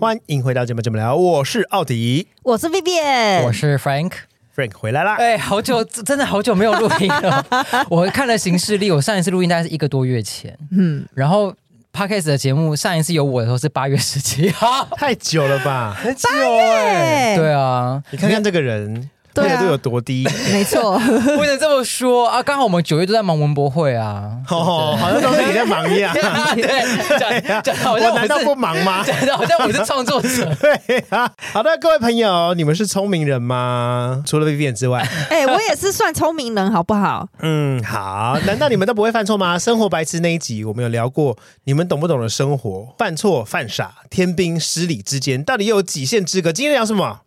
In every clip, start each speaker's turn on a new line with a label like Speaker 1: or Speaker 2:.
Speaker 1: 欢迎回到节目，节目聊，我是奥迪
Speaker 2: 我是 Vivian，
Speaker 3: 我是 Frank。
Speaker 1: Frank 回来啦。
Speaker 3: 哎、好久，真真的好久没有录音 了。我看了行事历，我上一次录音大概是一个多月前。嗯，然后 Podcast 的节目上一次有我的时候是八月十七号。
Speaker 1: 太久了吧？
Speaker 3: 很久哎、
Speaker 2: 耶
Speaker 3: 对 啊，
Speaker 1: 你看看这个人，
Speaker 2: 对啊
Speaker 1: 配合度有多 低？。
Speaker 2: 没错，
Speaker 3: 不能这么说啊！刚好我们九月都在忙文博会啊
Speaker 1: 哦，好像都是你在忙一样。
Speaker 3: 对，讲讲得好
Speaker 1: 我
Speaker 3: 像我
Speaker 1: 难
Speaker 3: 是
Speaker 1: 道不忙吗？
Speaker 3: 讲得好像我是创作者。
Speaker 1: 对啊。好的，各位朋友，你们是聪明人吗？除了 Vivian 之外，
Speaker 3: 嗯
Speaker 2: 哎、我也是算聪明人，好不 好？
Speaker 1: 嗯，好。难道你们都不会犯错吗？生活白痴那一集，我们有聊过，你们懂不懂得生活？犯错、犯傻、天兵失礼之间，到底又有几线之隔？今天聊什么？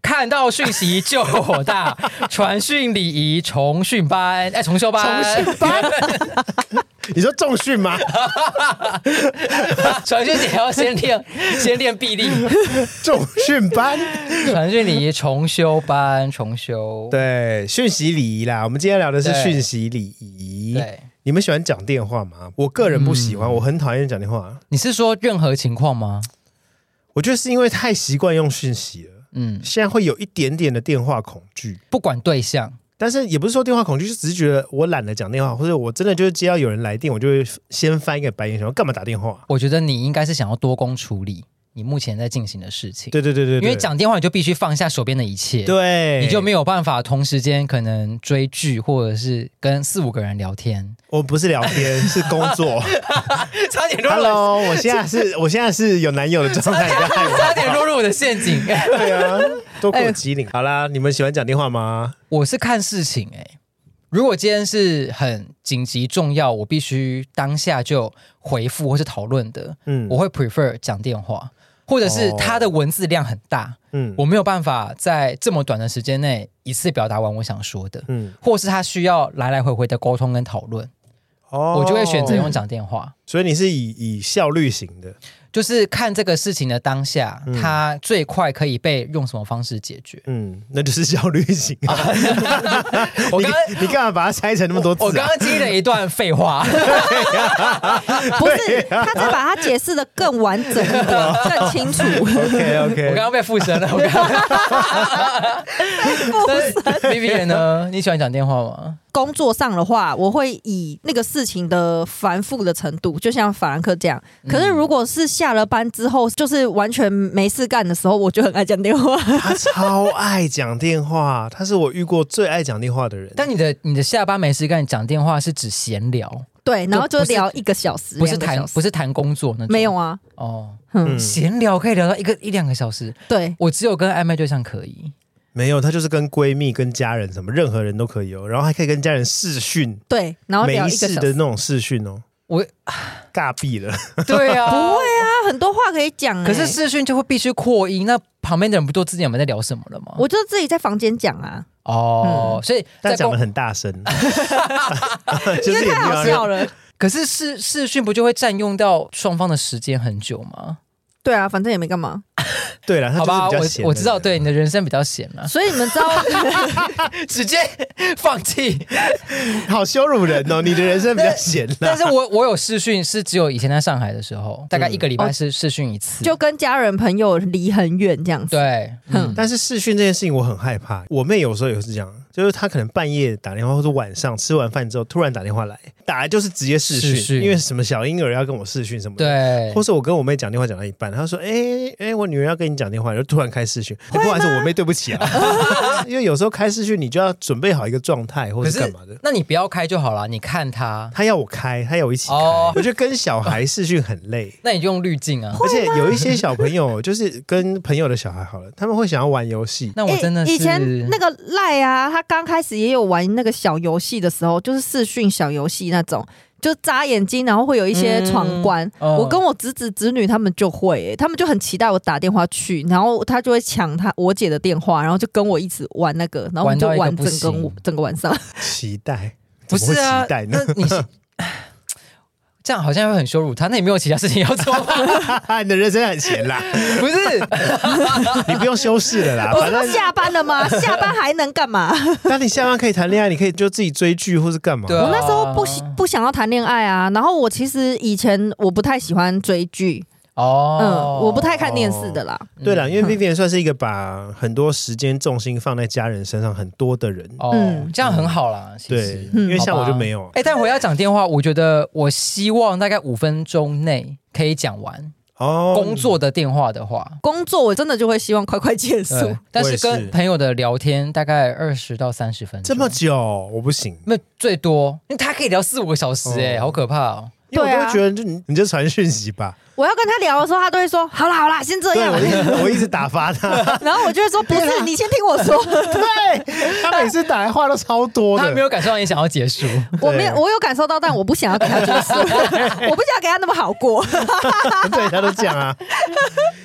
Speaker 3: 看到讯息就火 大，传讯礼仪重训班，哎，重修班，重训 班，
Speaker 1: 你说重训吗？
Speaker 3: 传讯也要先练，先练臂力。
Speaker 1: 重训班？
Speaker 3: 传讯礼仪重修班，重修。
Speaker 1: 对，讯息礼仪啦。我们今天聊的是
Speaker 3: 对
Speaker 1: 讯息礼仪。
Speaker 3: 对，嗯
Speaker 1: 你们喜欢讲电话吗？我个人不喜欢，我很讨厌讲电话。
Speaker 3: 你是说任何情况吗？
Speaker 1: 我觉得是因为太习惯用讯息了，
Speaker 3: 嗯，
Speaker 1: 现在会有一点点的电话恐惧。
Speaker 3: 不管对象，
Speaker 1: 但是也不是说电话恐惧，就只是觉得我懒得讲电话，或者我真的就是接到有人来电，我就会先翻一个白眼，想说干嘛打电话？
Speaker 3: 我觉得你应该是想要多工处理你目前在进行的事情，
Speaker 1: 对对对对对，
Speaker 3: 因为讲电话你就必须放下手边的一切，，
Speaker 1: 对，
Speaker 3: 你就没有办法同时间可能追剧或者是跟四五个人聊天，
Speaker 1: 我不是聊天，是工 作。
Speaker 3: 差点
Speaker 1: Hello，我现在是我现在是有男友的状态，你在害我
Speaker 3: 差点落入我的陷阱。
Speaker 1: 对啊，多过机灵。好啦，你们喜欢讲电话吗？
Speaker 3: 我是看事情哎、如果今天是很紧急重要，我必须当下就回复或是讨论的，
Speaker 1: 嗯
Speaker 3: 我会 prefer 讲电话，或者是
Speaker 1: 哦
Speaker 3: 它的文字量很大，
Speaker 1: 嗯
Speaker 3: 我没有办法在这么短的时间内一次表达完我想说的，
Speaker 1: 嗯，
Speaker 3: 或是它需要来来回回的沟通跟讨论，
Speaker 1: 哦
Speaker 3: 我就会选择用。讲电话。
Speaker 1: 所以你是以以效率型的，
Speaker 3: 就是看这个事情的当下，它最快可以被用什么方式解 决。
Speaker 1: 嗯，那就是效率型。
Speaker 3: 我
Speaker 1: 你
Speaker 3: 刚刚
Speaker 1: 你干嘛把它拆成那么多
Speaker 3: 我
Speaker 1: 字
Speaker 3: 刚
Speaker 1: 啊？
Speaker 3: 刚听了一段 废话，
Speaker 2: 不是，他在把它解释的更完整一点、 更清楚。
Speaker 1: OK
Speaker 3: 我
Speaker 1: OK，
Speaker 3: 刚刚被附身了。我刚 刚但是 Vivian 呢？你喜欢讲电话吗？
Speaker 2: 工作上的话，我会以那个事情的繁复的程度，就像法兰克这样。
Speaker 3: 嗯
Speaker 2: 可是如果是下了班之后，就是完全没事干的时候，我就很爱讲电话。
Speaker 1: 他超爱讲电话，他是我遇过最爱讲电话的人。
Speaker 3: 但你的你的下班没事干讲电话是指闲聊，
Speaker 2: 对，然后就
Speaker 3: 不是
Speaker 2: 聊一个小时，
Speaker 3: 不是
Speaker 2: 两个
Speaker 3: 谈
Speaker 2: 小时
Speaker 3: 不是谈工作那种
Speaker 2: 没有啊。
Speaker 3: 哦，
Speaker 2: 嗯，
Speaker 1: 嗯
Speaker 3: 闲聊可以聊到一个一两个小时。
Speaker 2: 对，
Speaker 3: 我只有跟暧昧对象可以，
Speaker 1: 没有，他就是跟闺蜜、跟家人什么，任何人都可以哦。然后还可以跟家人视讯，
Speaker 2: 对，然后
Speaker 1: 每
Speaker 2: 聊
Speaker 1: 一
Speaker 2: 一个
Speaker 1: 世
Speaker 2: 小
Speaker 1: 的
Speaker 2: 时
Speaker 1: 那。种视讯哦。
Speaker 3: 我
Speaker 1: 尬毙了，
Speaker 3: 对 啊，
Speaker 2: 不会啊，很多话可以讲、欸。
Speaker 3: 可是视讯就会必须扩音，那旁边的人不都知道你们在聊什么了吗？
Speaker 2: 我就自己在房间讲啊，
Speaker 3: 哦，所以
Speaker 1: 但
Speaker 3: 在
Speaker 1: 讲
Speaker 3: 公
Speaker 1: 的很大声， 就
Speaker 2: 因
Speaker 1: 是
Speaker 2: 为
Speaker 1: 也
Speaker 2: 太
Speaker 1: 没有啊要
Speaker 2: 好笑了。
Speaker 3: 可是视视讯不就会占用到双方的时间很久吗？
Speaker 2: 对啊，反正也没干嘛。
Speaker 1: 对了，他就
Speaker 3: 好
Speaker 1: 是
Speaker 3: 吧，
Speaker 1: 比较闲
Speaker 3: 我我知道，
Speaker 1: 的人
Speaker 3: 对你的人生比较闲啊了、
Speaker 2: 所以你们知道，
Speaker 3: 直接放弃。
Speaker 1: 好羞辱人哦！你的人生比较闲啦。
Speaker 3: 但是 我我有试训，是只有以前在上海的时候，
Speaker 1: 嗯
Speaker 3: 大概一个礼拜是试训一次。
Speaker 2: 哦就跟家人朋友离很远这样子。
Speaker 3: 对，嗯，
Speaker 1: 但是视讯这件事情我很害怕。我妹有时候也是这样，就是她可能半夜打电话，或者晚上吃完饭之后突然打电话来，打来就是直接视讯，
Speaker 3: 视讯
Speaker 1: 因为什么小婴儿要跟我视讯什么的。
Speaker 3: 对
Speaker 1: 或，是我跟我妹讲电话讲到一半，她说：“哎、哎、我女儿要跟你讲电话。”然后突然开视讯，哎不好意思，我妹对不起 啊。因为有时候开视讯，你就要准备好一个状态或
Speaker 3: 可
Speaker 1: 者
Speaker 3: 是
Speaker 1: 干嘛的。
Speaker 3: 那你不要开就好了，你看他，
Speaker 1: 她要我开，她要我一起开。
Speaker 3: 哦
Speaker 1: 我觉得跟小孩视讯很累，
Speaker 3: 那你就用滤镜啊。
Speaker 1: 而且有一些小朋友 就是跟朋友的小孩好了，他们会想要玩游戏，
Speaker 3: 那我真的是
Speaker 2: 以前那个赖啊，他刚开始也有玩那个小游戏的时候，就是视讯小游戏那种，就眨眼睛，然后会有一些闯关。
Speaker 3: 嗯哦
Speaker 2: 我跟我侄子侄女他们就会、欸他们就很期待我打电话去，然后他就会抢他我姐的电话，然后就跟我一起玩那个，然后我们就
Speaker 3: 玩到一
Speaker 2: 玩
Speaker 3: 个
Speaker 2: 整
Speaker 3: 不
Speaker 2: 个
Speaker 3: 行
Speaker 2: 整个晚上。
Speaker 1: 期待。
Speaker 3: 不
Speaker 1: 怎么
Speaker 3: 是
Speaker 1: 会
Speaker 3: 啊，
Speaker 1: 期待呢
Speaker 3: 那？你是这样好像会很羞辱他，那也没有其他事情要做吧？
Speaker 1: 你的人生很闲啦，
Speaker 3: 不是，
Speaker 1: 你不用修饰 了啦。
Speaker 3: 啊
Speaker 2: 不
Speaker 1: 反
Speaker 2: 是
Speaker 1: 正，
Speaker 2: 下班了吗？下班还能干嘛？
Speaker 1: 当你下班可以谈恋爱，你可以就自己追剧或是干嘛。
Speaker 3: 对啊
Speaker 2: 我那时候不喜不想要谈恋爱啊，然后我其实以前我不太喜欢追剧，
Speaker 3: 哦，
Speaker 2: 嗯，我不太看电视的啦。
Speaker 1: 对了，因为
Speaker 2: 嗯
Speaker 1: Vivian 算是一个把很多时间重心放在家人身上很多的人，
Speaker 3: 哦，
Speaker 2: 嗯
Speaker 3: 这样很好啦。其实
Speaker 1: 对，因为像我就没。
Speaker 3: 好
Speaker 1: 有
Speaker 3: 吧哎、但回到讲电话，我觉得我希望大概五分钟内可以讲完
Speaker 1: 哦，
Speaker 3: 工作的电话的话，
Speaker 2: 工作我真的就会希望快快结束。
Speaker 3: 对，但是
Speaker 1: 我也
Speaker 3: 跟
Speaker 1: 是
Speaker 3: 朋友的聊天大概二十到三十分钟，
Speaker 1: 这么久，我不行，
Speaker 3: 那最多，因为他可以聊四五个小时、哎、
Speaker 1: 哦
Speaker 3: 好可怕哦！
Speaker 1: 因为
Speaker 2: 对
Speaker 1: 我都
Speaker 2: 啊
Speaker 1: 会觉得就你你就传讯息吧，
Speaker 2: 我要跟他聊的时候，他都会说：“好啦好啦，先这
Speaker 1: 对啊
Speaker 2: 样
Speaker 1: 我。一我一直打发 他，”
Speaker 2: 然后我就 会说：“不
Speaker 3: 啊
Speaker 2: 是，你先听我说。
Speaker 1: 对他每次打来话都超多
Speaker 3: 他
Speaker 1: 的，
Speaker 3: 没有感受到你想要 结束，
Speaker 2: 我没有，我有感受到，但我不想要给他结 束，我不想要给他那么好过。
Speaker 1: 对他都这样 啊，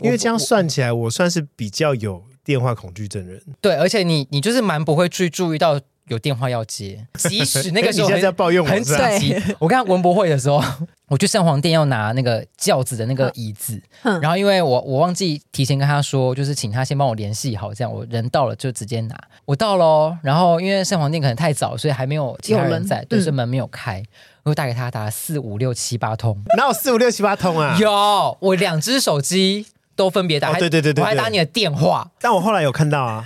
Speaker 1: 因为这样算起来，我算是比较有电话恐惧症人。
Speaker 3: 对，而且你你就是蛮不会去注意到有电话要 接，即使那个时候
Speaker 1: 哎你现在在
Speaker 3: 很
Speaker 1: 抱怨我
Speaker 3: 很
Speaker 1: 是吧？
Speaker 3: 紧急。我看文博会的时候， 我去圣皇殿要拿那个轿子的那个椅子，
Speaker 2: 嗯
Speaker 3: 然后因为我我忘记提前跟他说，就是请他先帮我联系好，这样我人到了就直接拿。我到喽，然后因为圣皇殿可能太早，所以还没有其他
Speaker 2: 有
Speaker 3: 人
Speaker 2: 人
Speaker 3: 在，对，
Speaker 2: 嗯
Speaker 3: 所以门没有开。我就打给他，打了四五六七八通，
Speaker 1: 哪有四五六七八通啊？
Speaker 3: 有我两只手机都分别打，
Speaker 1: 哦
Speaker 3: 还
Speaker 1: 对对对对
Speaker 3: 我还打
Speaker 1: 对
Speaker 3: 你的电话。
Speaker 1: 但我后来有看到啊，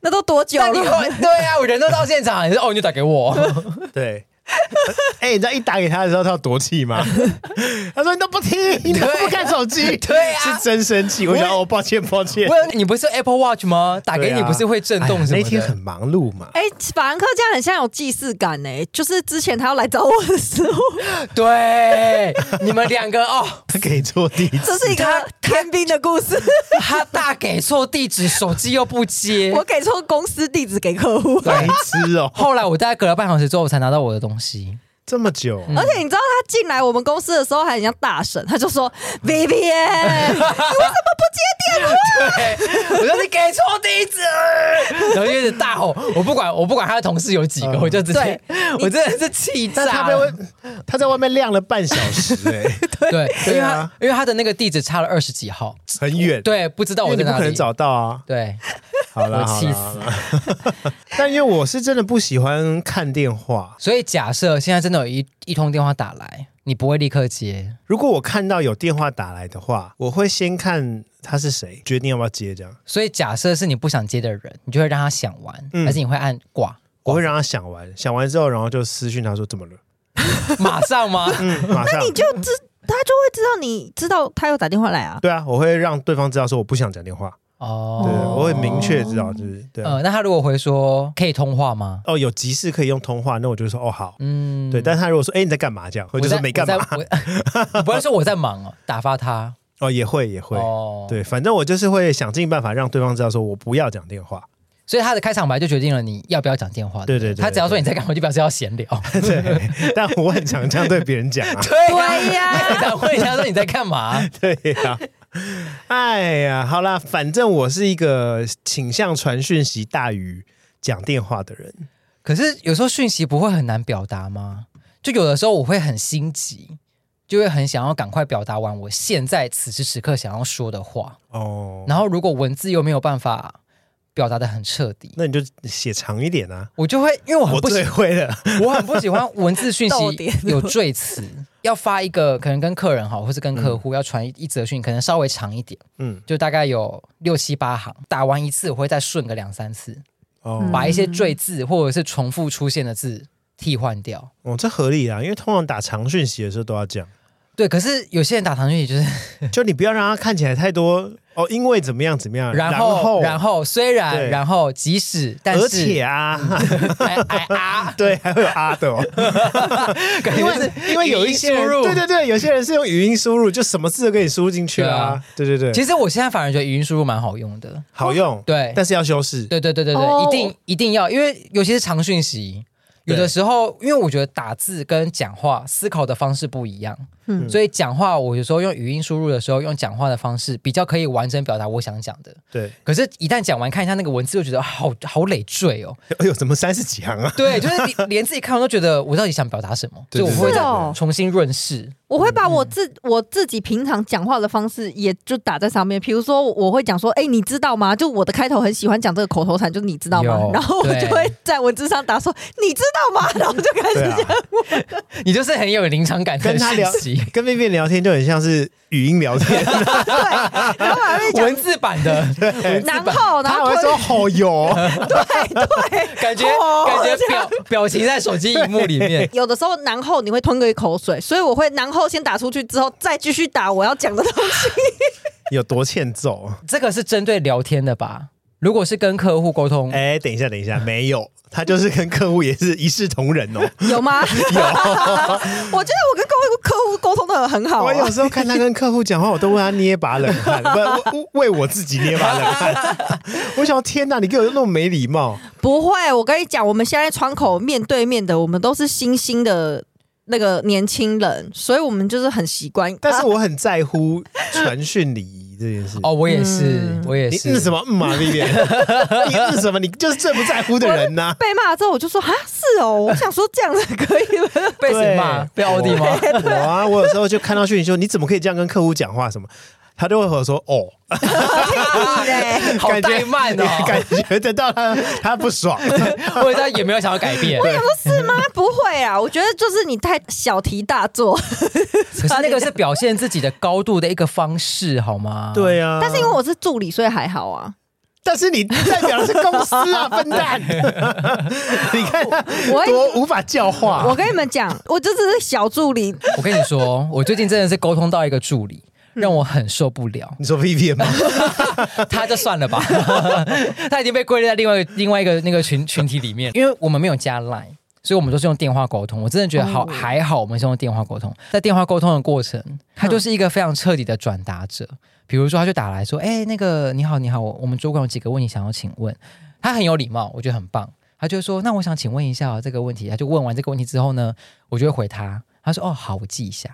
Speaker 2: 那都多久
Speaker 3: 那你
Speaker 2: 了？
Speaker 3: 会对啊，我人都到现场，你说哦，你就打给我，
Speaker 1: 对。哎、你知道一打给他的时候，他有多气吗？ 他说：“你都不听，你都不看手机。”
Speaker 3: 对啊
Speaker 1: 是真生气。我想，哦，抱歉，抱歉。
Speaker 3: 我你不是 Apple Watch 吗？打给你
Speaker 1: 对啊
Speaker 3: 不是会震动什
Speaker 1: 哎
Speaker 3: 么
Speaker 1: 呀那天
Speaker 3: 的？
Speaker 1: 很忙碌嘛，
Speaker 2: 哎、法兰克这样很像有既视感哎、就是之前他要来找我的时候，
Speaker 3: 对，你们两个哦，
Speaker 1: 他可以坐地 址。
Speaker 2: 这是一个看病的故事。
Speaker 3: 他大给错地址，手机又不接
Speaker 2: 我。给错公司地址给客户，
Speaker 1: 白痴哦，
Speaker 3: 后来我大概隔了半小时之后，我才拿到我的东 西。
Speaker 1: 这么久，
Speaker 3: 嗯
Speaker 2: 而且你知道他进来我们公司的时候还很像大神，他 就说 Vivian，
Speaker 3: 对，我说你给错地址，然后就一直大吼，我不管，我不管他的同事有几
Speaker 1: 嗯
Speaker 3: 个，我就直接
Speaker 2: 对，
Speaker 3: 我真的是气炸
Speaker 1: 但
Speaker 3: 了。
Speaker 1: 他被外他在外面晾了半小时、 哎，
Speaker 3: 对，因为
Speaker 1: 对
Speaker 3: 他
Speaker 1: 啊
Speaker 3: 因为他的那个地址差了二十几号，
Speaker 1: 很远，
Speaker 3: 对，不知道
Speaker 1: 因
Speaker 3: 哦我
Speaker 1: 为
Speaker 3: 在
Speaker 1: 你不
Speaker 3: 哪
Speaker 1: 可
Speaker 3: 里
Speaker 1: 能。找到啊。
Speaker 3: 对，
Speaker 1: 好
Speaker 3: 我
Speaker 1: 了，好
Speaker 3: 气
Speaker 1: 啦
Speaker 3: 死
Speaker 1: 好啦但因为我是真的不喜欢看电话，
Speaker 3: 所以假设现在真的有一一通电话打来，你不会立刻接，
Speaker 1: 如果我看到有电话打来的话，我会先看他是谁，决定要不要接这样。
Speaker 3: 所以假设是你不想接的人，你就会让他想完，
Speaker 1: 嗯
Speaker 3: 还是你会按 挂？
Speaker 1: 我会让他想完，想完之后，然后就私讯他说怎么 了，
Speaker 3: 马上吗？
Speaker 1: 嗯，马上
Speaker 2: 你。就知他就会知道你知道他有打电话来啊。
Speaker 1: 对啊，我会让对方知道说我不想讲电话，
Speaker 3: 哦，
Speaker 1: 对，我会明确知道，就是对啊、
Speaker 3: 呃，那他如果回说可以通话吗？
Speaker 1: 哦，有急事可以用通话，那我就说哦好，
Speaker 3: 嗯，
Speaker 1: 对。但是他如果说哎、你在干嘛这样，我就说
Speaker 3: 在
Speaker 1: 没干嘛，，
Speaker 3: 我在我 你不会说我在忙哦，打发他
Speaker 1: 哦也会也会，
Speaker 3: 哦。，
Speaker 1: 对，反正我就是会想尽办法让对方知道说我不要讲电话，
Speaker 3: 所以他的开场白就决定了你要不要讲电话。
Speaker 1: 对
Speaker 3: 不
Speaker 1: 对对对
Speaker 3: 他只要说你在干嘛，就表示要闲聊。
Speaker 1: 对，但我很常这样 对别人讲啊，
Speaker 3: 对啊
Speaker 2: 对呀、
Speaker 3: 那你才问一下说你在干嘛？
Speaker 1: 对呀、哎呀，好啦，反正我是一个倾向传讯息大于讲电话的人。
Speaker 3: 可是有时候讯息不会很难表达吗？就有的时候我会很心急，就会很想要赶快表达完我现在此时此刻想要说的话。
Speaker 1: 哦，
Speaker 3: 然后如果文字又没有办法表达的很彻底，
Speaker 1: 那你就写长一点啊。
Speaker 3: 我就会因为我很
Speaker 1: 我
Speaker 3: 哦不喜
Speaker 1: 最会 了，
Speaker 3: 我很不喜欢文 字讯
Speaker 2: 逗
Speaker 3: 息
Speaker 2: 点
Speaker 3: 有赘词，要发一个可能跟客人好，或是跟客户要传一一则讯，可能稍微长一点，
Speaker 1: 嗯，
Speaker 3: 就大概有六七八行。打完一次，我会再顺个两三次，
Speaker 1: 哦，
Speaker 3: 把一些赘字或者是重复出现的字替换掉。
Speaker 1: 哦，这合理啊，因为通常打长讯息的时候都要这样，
Speaker 3: 对，可是有些人打长讯息 就是
Speaker 1: 就你不要让他看起来太多哦，因为怎么样怎么样，
Speaker 3: 然
Speaker 1: 然
Speaker 3: 后然
Speaker 1: 后
Speaker 3: 后虽然
Speaker 1: 对
Speaker 3: 然后即使但是
Speaker 1: 而且啊，
Speaker 3: 哎哎啊，
Speaker 1: 对，还会有啊 的哦，
Speaker 3: 感
Speaker 1: 因
Speaker 3: 觉是
Speaker 1: 为因为有一些
Speaker 3: 语音输
Speaker 1: 人，
Speaker 3: 入
Speaker 1: 对对对，有些人是用语音输入，就什么字都给你输入进去
Speaker 3: 对
Speaker 1: 啊
Speaker 3: 啊，
Speaker 1: 对对对，
Speaker 3: 其实我现在反而觉得语音输入蛮好用的。
Speaker 1: 好用，
Speaker 3: 对
Speaker 1: 但是要修饰，
Speaker 3: 对对对对对，
Speaker 2: 哦
Speaker 3: 一定一定要，因为尤其是长讯息，有的
Speaker 1: 对
Speaker 3: 时候因为我觉得打字跟讲话思考的方式不一样，
Speaker 2: 嗯
Speaker 3: 所以讲话我有时候用语音输入的时候，用讲话的方式比较可以完整表达我想讲的。
Speaker 1: 对，
Speaker 3: 可是，一旦讲完看一下那个文字，就觉得啊好好累赘哦。
Speaker 1: 哎呦，怎么三十几 行啊？
Speaker 3: 对，就是你连自己看完都觉得我到底想表达什么，所
Speaker 1: 对
Speaker 3: 以我会
Speaker 2: 是
Speaker 3: 再
Speaker 2: 哦
Speaker 3: 重新润饰。
Speaker 2: 我会把我自我自己平常讲话的方式也就打在上面，比如说我会讲说，哎、你知道吗？就我的开头很喜欢讲这个口头禅，就是你知道吗
Speaker 3: 有？
Speaker 2: 然后我
Speaker 3: 对
Speaker 2: 就会在文字上打说你知道吗？然后我就开始
Speaker 1: 对
Speaker 2: 讲，
Speaker 1: 啊，
Speaker 3: 你就是很有临场感的
Speaker 1: 跟他
Speaker 3: 讯
Speaker 1: 聊
Speaker 3: 息，集，
Speaker 1: 跟妹妹聊天就很像是语音聊 天，啊
Speaker 2: 对，老板会讲
Speaker 3: 文字版的，
Speaker 2: 然后然
Speaker 1: 他还
Speaker 2: 后
Speaker 1: 会说
Speaker 2: 吞
Speaker 1: 好油，哦
Speaker 3: 感觉
Speaker 2: 哦
Speaker 3: 感觉表表情在手机荧幕里面。
Speaker 2: 有的时候然后你会吞个一口水，所以我会然后先打出去之后再继续打我要讲的东西。
Speaker 1: 有多欠揍？哦
Speaker 3: 这个是针对聊天的吧？如果是跟客户沟通，
Speaker 1: 哎，等一下，等一下，没有，他就是跟客户也是一视同仁 哦。
Speaker 2: 有吗？有，我觉得我跟各位客户沟通的很好、
Speaker 1: 我有
Speaker 2: 啊。
Speaker 1: 时候看他跟客户讲话，我都为他捏把冷汗，不为为我自己捏把冷 汗。我想，天哪，你给我那么没礼貌！
Speaker 2: 不会，我跟你讲，我们现在窗口面对面的，我们都是新兴的那个年轻人，所以我们就是很习惯。啊
Speaker 1: 但是我很在乎传讯礼仪这件事。
Speaker 3: 哦，我也是，我也
Speaker 1: 你
Speaker 3: 是。
Speaker 1: 嗯什么嗯啊 v i 你嗯什么？你就是最不在乎的人呐、
Speaker 2: 被骂之后，我就说啊，是 哦，我想说这样子可以吗？
Speaker 3: 被谁骂？被奥迪吗？
Speaker 1: 对 我啊，我有时候就看到讯息说，你怎么可以这样跟客户讲话什么？他就会和我说哦，
Speaker 2: 对，
Speaker 3: 好
Speaker 1: 感觉
Speaker 3: 怠慢哦
Speaker 1: 感觉得到他他不爽。
Speaker 3: 我也知道也没有想要改变。
Speaker 2: 想说是吗？不会啊，我觉得就是你太小题大
Speaker 1: 啊
Speaker 2: 做。
Speaker 3: 可是那个是表现自己的高度的一个方式，好吗？，
Speaker 1: 对啊，
Speaker 2: 但是因为我是助理，所以还好啊。
Speaker 1: 但是你代表的是公司啊，笨蛋！你看他
Speaker 2: 我会
Speaker 1: 多无法教化。
Speaker 2: 我跟你们讲，我就只是小助理，
Speaker 3: 我跟你说，哦我最近真的是沟通到一个助理。让我很受不了，
Speaker 1: 你说 Vivian 吗？
Speaker 3: 他就算了吧， 他已经被归类在另外一个另外一个那个群群体里面，因为我们没有加 Line，所以我们都是用电话沟通。我真的觉得好、
Speaker 2: 哦
Speaker 3: 还好，我们是用电话沟通。在电话沟通的过程，他就是一个非常彻底的转达者。比如说，他就打来说：“哎、那个你好，你好，我我们主管有几个问题想要请问。”他很有礼貌，我觉得很棒。他就说：“那我想请问一下这个问题。”他就问完这个问题之后呢，我就会回他。他说：“哦，好，我记一下。”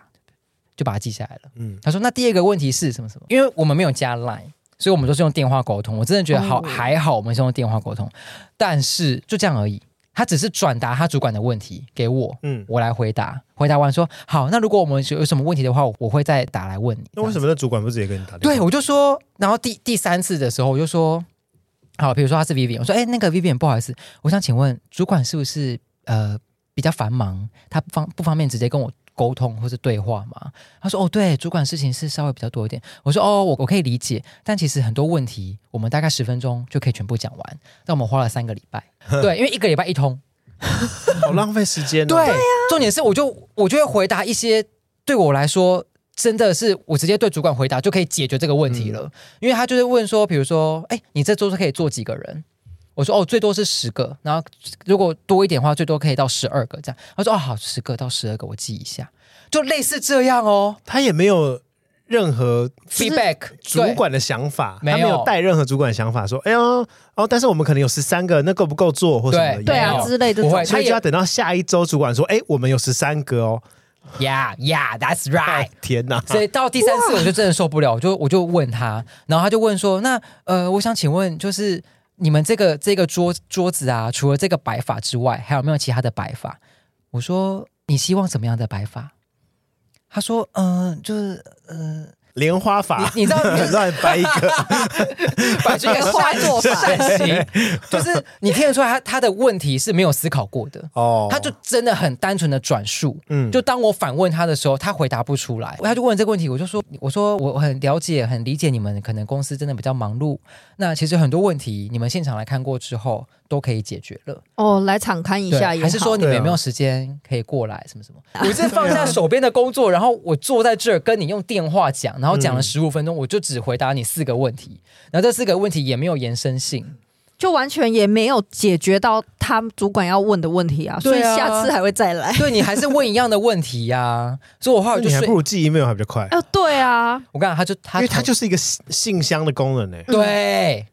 Speaker 3: 就把它记下来了。
Speaker 1: 嗯
Speaker 3: 嗯，他说：“那第二个问题是什么什么？因为我们没有加 Line，所以我们都是用电话沟通。我真的觉得好、
Speaker 2: 哦
Speaker 3: 还好，我们是用电话沟通，但是就这样而已。他只是转达他主管的问题给我，
Speaker 1: 嗯，
Speaker 3: 我来回答。回答完说好，那如果我们有什么问题的话，我会再打来问你。
Speaker 1: 那为什
Speaker 3: 么？
Speaker 1: 么那主管不直接跟你打电
Speaker 3: 对，
Speaker 1: 话？
Speaker 3: 我就说，然后第第三次的时候，我就说，好，比如说他是 Vivian，我说，哎、那个 Vivian，不好意思，我想请问主管是不是呃比较繁忙，他不方不方便直接跟我沟通或是对话嘛？他说，哦，对，主管事情是稍微比较多一点。我说，哦，我我可以理解，但其实很多问题我们大概十分钟就可以全部讲完，但我们花了三个礼拜，对，因为一个礼拜一通。
Speaker 1: 好浪费时间、哦。
Speaker 3: 对，啊
Speaker 2: 啊
Speaker 3: 重点是我就我就会回答一些对我来说真的是我直接对主管回答就可以解决这个问题
Speaker 2: 嗯
Speaker 3: 了，因为他就是问说，比如说，哎，你这桌是可以坐几个人？我说哦，最多是十个，然后如果多一点的话，最多可以到十二个这样。他说哦，好，十个到十二个，我记一下，就类似这样哦。
Speaker 1: 他也没有任何
Speaker 3: feedback
Speaker 1: 主管的想法，
Speaker 3: 没
Speaker 1: 他
Speaker 3: 有
Speaker 1: 没有带任何主管的想法，说，哎呦，哦，但是我们可能有十三个，那够不够做或什么的？
Speaker 3: 对
Speaker 2: 对
Speaker 1: 也没
Speaker 2: 啊
Speaker 1: 有
Speaker 2: 之类的这
Speaker 3: 不
Speaker 2: 种
Speaker 3: 会。
Speaker 1: 所以就要等到下一周主管说，哎，我们有十三个哦。
Speaker 3: ，Yeah Yeah，that's right
Speaker 1: 哎。，天哪！
Speaker 3: 所以到第三次我就真的受不了，我就我就问他，然后他就问说：“那呃，我想请问，就是你们这个这个桌桌子啊，除了这个摆法之外，还有没有其他的摆法？”我说：“你希望怎么样的摆法？”他说：“嗯、就是
Speaker 1: 莲花法，
Speaker 3: 你你知道
Speaker 1: 乱掰一 个，
Speaker 3: 摆 出一个
Speaker 2: 坏做法
Speaker 3: 善行，就是你听得出来他他的问题是没有思考过的。”
Speaker 1: 哦，
Speaker 3: 他就真的很单纯的转述，
Speaker 1: 嗯
Speaker 3: 嗯，就当我反问他的时候，他回答不出来，他就问这个问题，我就说，我说我很了解，很理解你们可能公司真的比较忙碌，那其实很多问题你们现场来看过之后都可以解决了，
Speaker 2: 哦，来敞开一
Speaker 3: 对
Speaker 2: 下也好，
Speaker 3: 还是说你们
Speaker 1: 对啊
Speaker 3: 有没有时间可以过来什么什么？
Speaker 1: 啊
Speaker 3: 我是放下手边的工作，然后我坐在这儿跟你用电话讲，然后讲了
Speaker 1: 嗯
Speaker 3: 十五分钟，我就只回答你四个问题，然后这四个问题也没有延伸性，
Speaker 2: 就完全也没有解决到他主管要问的问题啊，所以
Speaker 3: 对啊
Speaker 2: 下次还会再来。
Speaker 3: 对你还是问一样的问题呀、所以我后来就
Speaker 1: 你还
Speaker 3: 睡
Speaker 1: 不，如寄 email 还比较快，
Speaker 2: 哦，对啊，
Speaker 3: 我看他就
Speaker 1: 因
Speaker 3: 他
Speaker 1: 为它就是一个信信箱的功能呢，
Speaker 3: 对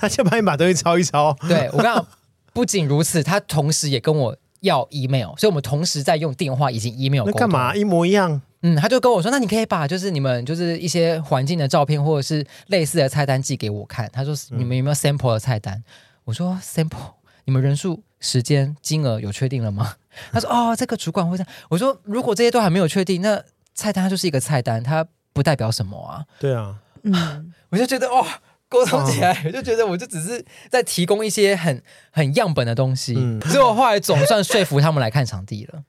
Speaker 1: 他就帮你把东西抄一抄。
Speaker 3: 对，我刚好不仅如此，他同时也跟我要 email，所以我们同时在用电话以及 email
Speaker 1: 那
Speaker 3: 沟
Speaker 1: 干
Speaker 3: 通
Speaker 1: 嘛？？一模一样，
Speaker 3: 嗯，他就跟我说，那你可以把就是你们就是一些环境的照片或者是类似的菜单寄给我看。他说
Speaker 1: 嗯
Speaker 3: 你们有没有 sample 的菜单？我说 sample，你们人数、时间、金额有确定 了吗？他说哦，这个主管会这样。我说如果这些都还没有确定，那菜单它就是一个菜单，它不代表什么啊。
Speaker 1: 对啊，
Speaker 2: 嗯，
Speaker 3: 我就觉得哇，哦沟通
Speaker 1: 嗯
Speaker 3: 起来，我就觉得我就只是在提供一些很很样本的东西，
Speaker 1: 嗯
Speaker 3: 所以我后来总算说服他们来看场地了。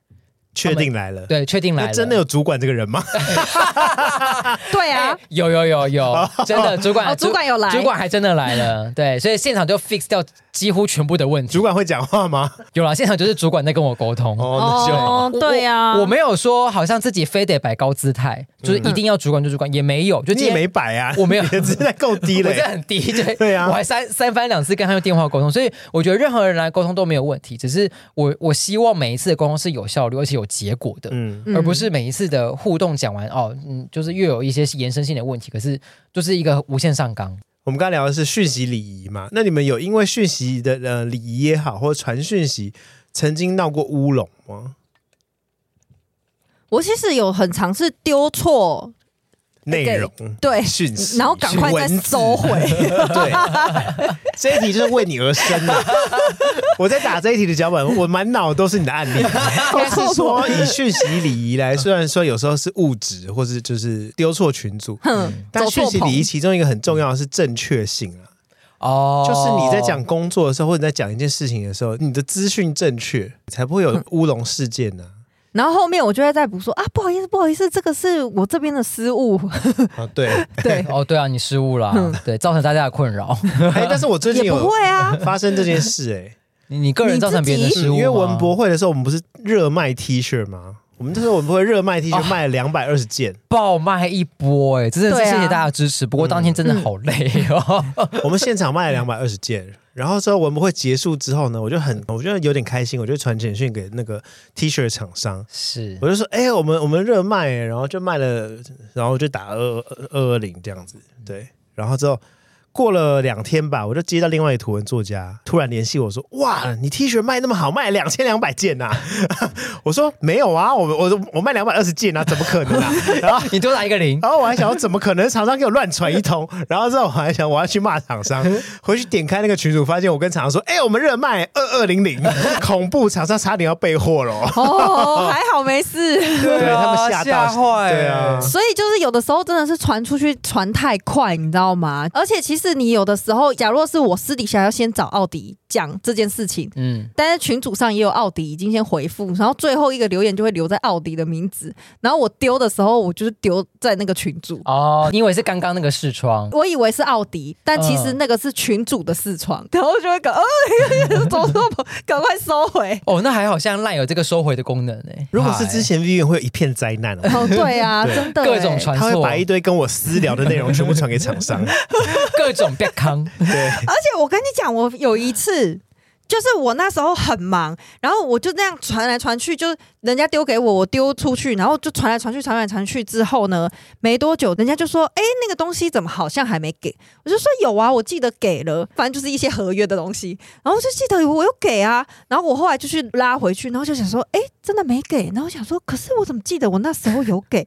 Speaker 1: 确定来了。
Speaker 3: 对，确定来
Speaker 1: 那
Speaker 3: 了，
Speaker 1: 真的有主管这个人吗？
Speaker 2: 对啊，
Speaker 3: 有有有有，真的
Speaker 1: 哎
Speaker 3: 主管
Speaker 2: 哦，主管有来，
Speaker 3: 主管还真的来 了，对，所以现场就 fix 掉几乎全部的问题
Speaker 1: 主。管会讲话吗？
Speaker 3: 有了，现场就是主管在跟我沟通。
Speaker 1: 哦，那就好
Speaker 2: 哦，对啊，
Speaker 3: 我没有说好像自己非得摆高姿态，就是一定要主管就主管，也没有，就
Speaker 1: 嗯你
Speaker 3: 今
Speaker 1: 也
Speaker 3: 天
Speaker 1: 没摆啊，
Speaker 3: 我没有
Speaker 1: 你的姿态够低
Speaker 3: 我
Speaker 1: 了
Speaker 3: 这
Speaker 1: 耶。
Speaker 3: 很低，对
Speaker 1: 对啊
Speaker 3: 我还三三番两次跟他用电话沟通，所以我觉得任何人来沟通都没有问题，只是我我希望每一次的沟通是有效率而且有结果的，
Speaker 1: 嗯，
Speaker 2: 嗯
Speaker 3: 而不是每一次的互动讲完哦，嗯，就是又有一些延伸性的问题，可是就是一个无限上纲。
Speaker 1: 我们刚刚聊的是讯息礼仪嘛，那你们有因为讯息的呃礼仪也好，或者传讯息，曾经闹过乌龙吗？
Speaker 2: 我其实有很尝试丢错，
Speaker 1: 内容
Speaker 2: 哎对，
Speaker 1: 讯息，
Speaker 2: 然后赶快再
Speaker 1: 文字
Speaker 2: 收 回。
Speaker 1: 对，这一题就是为你而生的。我在打这一题的脚本，我满脑都是你的案 例。但是说以讯息礼仪来，虽然说有时候是物质，或是就是丢错群组，
Speaker 2: 哼，
Speaker 1: 但
Speaker 2: 走
Speaker 1: 讯
Speaker 2: 错
Speaker 1: 息礼仪
Speaker 2: 棚，
Speaker 1: 其中一个很重要的是正确性啊，
Speaker 3: 哦
Speaker 1: 就是你在讲工作的时候，或者在讲一件事情的时候，你的资讯正确，才不会有乌龙事件呢、
Speaker 2: 然后后面我就会再补说啊，不好意思，不好意思，这个是我这边的失误，
Speaker 1: 啊。对，
Speaker 2: 对，
Speaker 3: 哦，对啊，你失误啦，
Speaker 2: 嗯
Speaker 3: 对，造成大家的困扰，
Speaker 1: 哎，但是我最近
Speaker 2: 也不
Speaker 1: 有
Speaker 2: 会 啊，
Speaker 1: 发生这件事、哎。
Speaker 3: 你你个人造成别人的
Speaker 2: 你自
Speaker 3: 失误
Speaker 1: 嗯
Speaker 3: 吗，
Speaker 1: 因为文博会的时候，我们不是热卖 T 恤吗？我们那时候我们不会热卖 T 恤
Speaker 3: 哦
Speaker 1: 卖了两百二十件，
Speaker 3: 爆卖一波，哎，真的是
Speaker 2: 对
Speaker 3: 谢
Speaker 2: 啊嗯
Speaker 3: 谢大家的支持。不过当天真的好累哦，
Speaker 1: 我们现场卖了两百二十件。然后之后文博会结束之后呢，我就很我觉得有点开心，我就传简讯给那个 T 恤厂商，
Speaker 3: 是
Speaker 1: 我就说：“哎、我们我们热卖、然后就卖了，然后就打二二二二零这样子。对，然后之后过了两天吧，我就接到另外一个图文作家突然联系我说：‘哇，你 T 恤卖那么好，卖两千两百件呐、啊 我说：‘没有啊，我我我卖两百二十件啊，怎么可能啊？’然后
Speaker 3: 你多打一个零，
Speaker 1: 然后我还想，怎么可能厂商给我乱传一通？然后之后我还想，我要去骂厂商。回去点开那个群主，发现我跟厂商说：“哎、我们热卖二二零零，恐怖厂商差点要备货了哦。
Speaker 2: 哦，还好没事。
Speaker 1: 对
Speaker 3: 啊
Speaker 1: 他们吓到
Speaker 3: 吓坏，
Speaker 1: 对啊
Speaker 2: 所以就是有的时候真的是传出去传太快，你知道吗？而且其实你有的时候，假若是我私底下要先找奥迪讲这件事情，
Speaker 3: 嗯，
Speaker 2: 但是群组上也有奥迪已经先回复，然后最后一个留言就会留在奥迪的名字，然后我丢的时候，我就是丢在那个群组。
Speaker 3: 哦，因为是刚刚那个视窗，
Speaker 2: 我以为是奥迪，但其实
Speaker 3: 嗯
Speaker 2: 那个是群主的视窗，然后就会搞，呃， 走错棚，赶快收回。
Speaker 3: 哦，那还好像烂有这个收回的功能哎。
Speaker 1: 如果是之前 Vivian 会有一片灾难哦。
Speaker 2: 哦，对啊，
Speaker 1: 对
Speaker 2: 真的
Speaker 3: 各
Speaker 2: 欸
Speaker 3: 种 传
Speaker 1: 他会
Speaker 3: 哎错，
Speaker 1: 把一堆跟我私聊的内容全部传给厂商，
Speaker 3: 各种别 康，
Speaker 1: 对，
Speaker 2: 而且我跟你讲，我有一次。就是我那时候很忙，然后我就那样传来传去，就人家丢给我，我丢出去，然后就传来传去，传来传去之后呢，没多久人家就说：“哎、那个东西怎么好像还没给？”我就说：“有啊，我记得给了，反正就是一些合约的东西。”然后我就记得我有给啊，然后我后来就去拉回去，然后就想说：“哎、真的没给。”然后我想说：“可是我怎么记得我那时候有给？”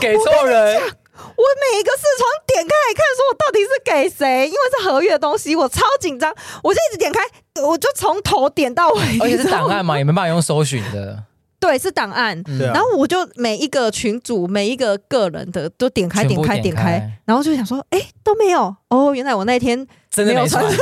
Speaker 3: 给错人，
Speaker 2: 我每一个视窗点开来看，说我到底是给谁？因为是合约的东西，我超紧张，我就一直点开，我就从头点到尾，
Speaker 3: 而
Speaker 2: 你
Speaker 3: 且
Speaker 2: 知
Speaker 3: 是
Speaker 2: 道
Speaker 3: 档
Speaker 2: 吗
Speaker 3: 案哦嘛，也没办法用搜寻的，
Speaker 2: 对，是档案。
Speaker 3: 嗯
Speaker 1: 对啊
Speaker 2: 然后我就每一个群组、每一个个人的都点开、
Speaker 3: 全部
Speaker 2: 点开、
Speaker 3: 点
Speaker 2: 点
Speaker 3: 开
Speaker 2: 开，然后就想说，哎、都没有哦，原来我那天
Speaker 3: 真的
Speaker 2: 没
Speaker 3: 没
Speaker 2: 有
Speaker 3: 传
Speaker 2: 传。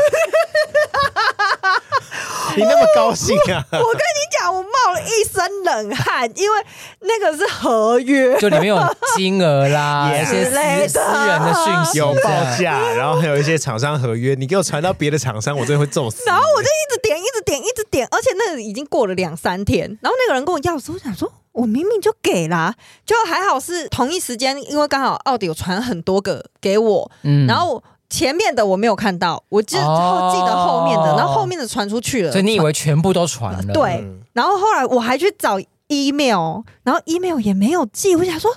Speaker 1: 你那么高兴啊？
Speaker 2: 我跟你讲，我冒了一身冷汗，因为那个是合约，
Speaker 3: 就里面有金额 啦，
Speaker 1: Yeah
Speaker 3: 一些
Speaker 2: 之类
Speaker 3: 私
Speaker 2: 的
Speaker 3: 私人的讯息，
Speaker 1: 有报价，然后还有一些厂商合约，你给我传到别的厂商，我真的会揍死你。
Speaker 2: 然后我就一直点，一直点，一直点，而且那个已经过了两三天，然后那个人跟我要的时候，我想说。我明明就给啦、就还好是同一时间，因为刚好奥迪有传很多个给我，
Speaker 3: 嗯
Speaker 2: 然后前面的我没有看到，我记
Speaker 3: 哦
Speaker 2: 后记得后面的，然后后面的传出去了，
Speaker 3: 所以你以为全部都传了？
Speaker 2: 对
Speaker 1: 嗯
Speaker 2: 然后后来我还去找 email，然后 emaemail 也没有寄，我想说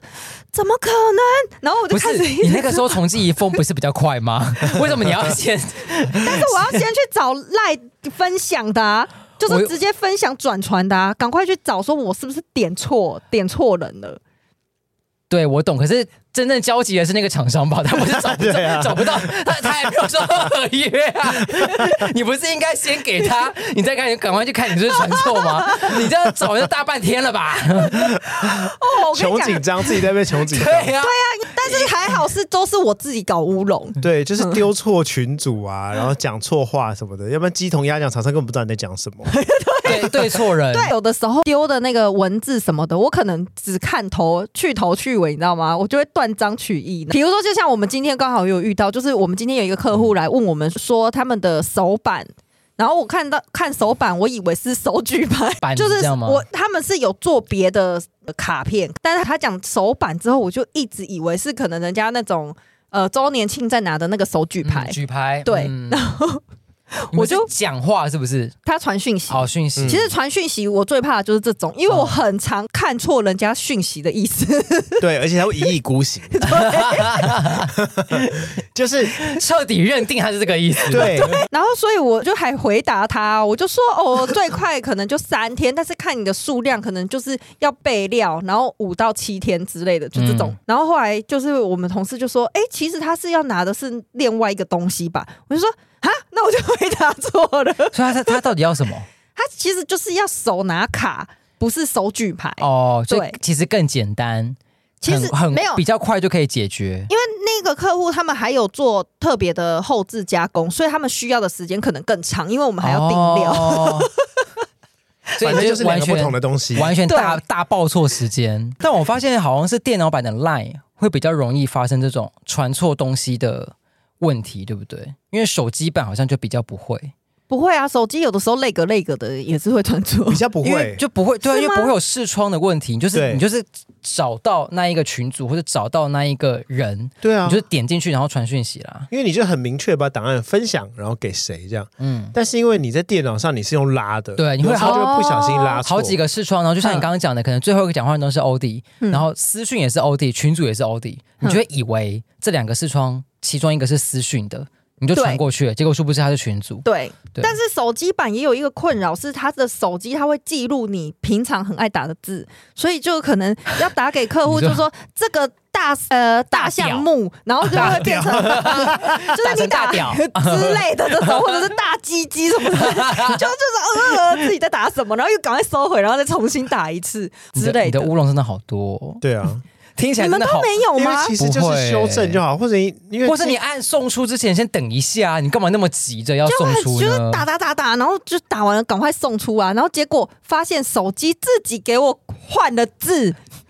Speaker 2: 怎么可能？然后我就
Speaker 3: 不
Speaker 2: 开
Speaker 3: 是
Speaker 2: 始一直
Speaker 3: 你那个时候重寄一封不是比较 快吗？为什么你要先？
Speaker 2: 但是我要先去找赖分享 的、啊，就
Speaker 3: 我
Speaker 2: 是直接分享转传的、啊，赶快去找，说我是不是点错点错人了？
Speaker 3: 对我懂，可是真正焦急的是那个厂商吧？他不是找不
Speaker 1: 对
Speaker 3: 到，
Speaker 1: 啊
Speaker 3: 找不到，他他还没有说合约啊！ 你不是应该先给他，你再看，赶快去看你是不是传错吗？ 你这样找了大半天了吧？
Speaker 2: 哦，我跟
Speaker 1: 穷
Speaker 2: 你
Speaker 1: 紧
Speaker 2: 讲，
Speaker 1: 张，自己在那边穷紧张。
Speaker 3: 对啊
Speaker 2: 啊
Speaker 3: 呀、
Speaker 2: 但是还好是都是我自己搞乌龙。
Speaker 1: 对，就是丢错群主啊，然后讲错话什么的，要不然鸡同鸭讲，厂商根本不知道你在讲什么。
Speaker 3: 对对错人，
Speaker 2: 对，有的时候丢的那个文字什么的，我可能只看头去头去尾，你知道吗？我就会断章取义。比如说，就像我们今天刚好有遇到，就是我们今天有一个客户来问我们说他们的手板。然后我看到看手板，我以为是手举牌，
Speaker 3: 板
Speaker 2: 就
Speaker 3: 啊这
Speaker 2: 是
Speaker 3: 样吗嗯
Speaker 2: 我他们是有做别的卡片，但是他讲手板之后，我就一直以为是可能人家那种呃周年庆在拿的那个手举
Speaker 3: 嗯
Speaker 2: 牌，
Speaker 3: 举牌，
Speaker 2: 对
Speaker 3: 嗯
Speaker 2: 然后
Speaker 3: 你们
Speaker 2: 我
Speaker 3: 是
Speaker 2: 就
Speaker 3: 讲话是不是？
Speaker 2: 他传讯息，
Speaker 3: 好讯息，
Speaker 1: 嗯
Speaker 2: 其实传讯息我最怕的就是这种，因为
Speaker 3: 嗯
Speaker 2: 我很常看错人家讯息的意思。
Speaker 1: 对，而且他会一意孤行，就是
Speaker 3: 彻底认定他是这个意思。，
Speaker 1: 对，
Speaker 2: 然后所以我就还回答他，我就说哦， 最快可能就三天，但是看你的数量，可能就是要备料，然后五到七天之类的，就这种。
Speaker 3: 嗯
Speaker 2: 然后后来就是我们同事就说，哎、其实他是要拿的是另外一个东西吧？我就说啊，那我就回答错 了，
Speaker 3: 所以他他到底要什么？
Speaker 2: 他其实就是要手拿卡，不是手举牌。
Speaker 3: 哦，所以
Speaker 2: 对
Speaker 3: 其实更简单，
Speaker 2: 其实
Speaker 3: 很很
Speaker 2: 没有
Speaker 3: 比较快就可以解决。
Speaker 2: 因为那个客户他们还有做特别的后置加工，所以他们需要的时间可能更长，因为我们还要定料。
Speaker 3: 哦 所
Speaker 1: 反正
Speaker 3: 以
Speaker 1: 就是两
Speaker 3: 完
Speaker 1: 个不同
Speaker 3: 全
Speaker 1: 的东西，
Speaker 3: 完全大
Speaker 2: 对
Speaker 3: 大报错时间。但我发现好像是电脑版的 Line 会比较容易发生这种传错东西的问题，对不对？因为手机版好像就比较不会，
Speaker 2: 不会啊，手机有的时候累个累个的也是会传错
Speaker 1: 比。较不
Speaker 3: 因为
Speaker 1: 会，
Speaker 3: 就不会对啊，
Speaker 2: 是
Speaker 3: 因
Speaker 2: 吗
Speaker 3: 为不会有视窗的问题，你就是
Speaker 1: 对
Speaker 3: 你就是找到那一个群组或者找到那一个人，
Speaker 1: 对啊
Speaker 3: 你就，是点进去然后传讯息啦。
Speaker 1: 因为你就很明确把档案分享，然后给谁这样。
Speaker 3: 嗯，
Speaker 1: 但是因为你在电脑上你是用拉的，
Speaker 3: 对你会
Speaker 1: 有时候就会不小心
Speaker 2: 啊
Speaker 1: 拉错
Speaker 3: 好几。个视窗，然后就像你刚刚讲的，可能最后一个讲话人都是 OD，、
Speaker 2: 嗯
Speaker 3: 然后私讯也是 OD，群主也是 OD，你就会以为这两个视窗其中一个是私讯的，你就传过去了，结果殊不知他是群主。
Speaker 2: 对，
Speaker 3: 对
Speaker 2: 但是手机版也有一个困扰是，它的手机它会记录你平常很爱打的字，所以就可能要打给客户，
Speaker 3: 你说
Speaker 2: 就说这个大呃大
Speaker 3: 屌
Speaker 2: 项目，然后就会变成呃就是你
Speaker 3: 打
Speaker 2: 打
Speaker 3: 成大屌
Speaker 2: 之类的这种，或者是大鸡鸡什么的，就就是呃自己在打什么，然后又赶快收回，然后再重新打一次
Speaker 3: 你
Speaker 2: 之
Speaker 3: 的
Speaker 2: 类
Speaker 3: 你的
Speaker 2: 的。
Speaker 3: 乌龙真的好多、哦，
Speaker 1: 对 啊，
Speaker 3: 听起来
Speaker 2: 你们
Speaker 3: 真的
Speaker 2: 都
Speaker 3: 好。
Speaker 2: 没有
Speaker 1: 因为
Speaker 2: 吗？
Speaker 1: 其实就
Speaker 3: 不
Speaker 1: 是
Speaker 3: 会
Speaker 1: 修正就好，或者你因为
Speaker 3: 或是你按送出之前先等一下，你干嘛那么急着要送出
Speaker 2: 就是
Speaker 3: 呢？
Speaker 2: 打打打打，然后就打完了，赶快送出啊！然后结果发现手机自己给我换了字，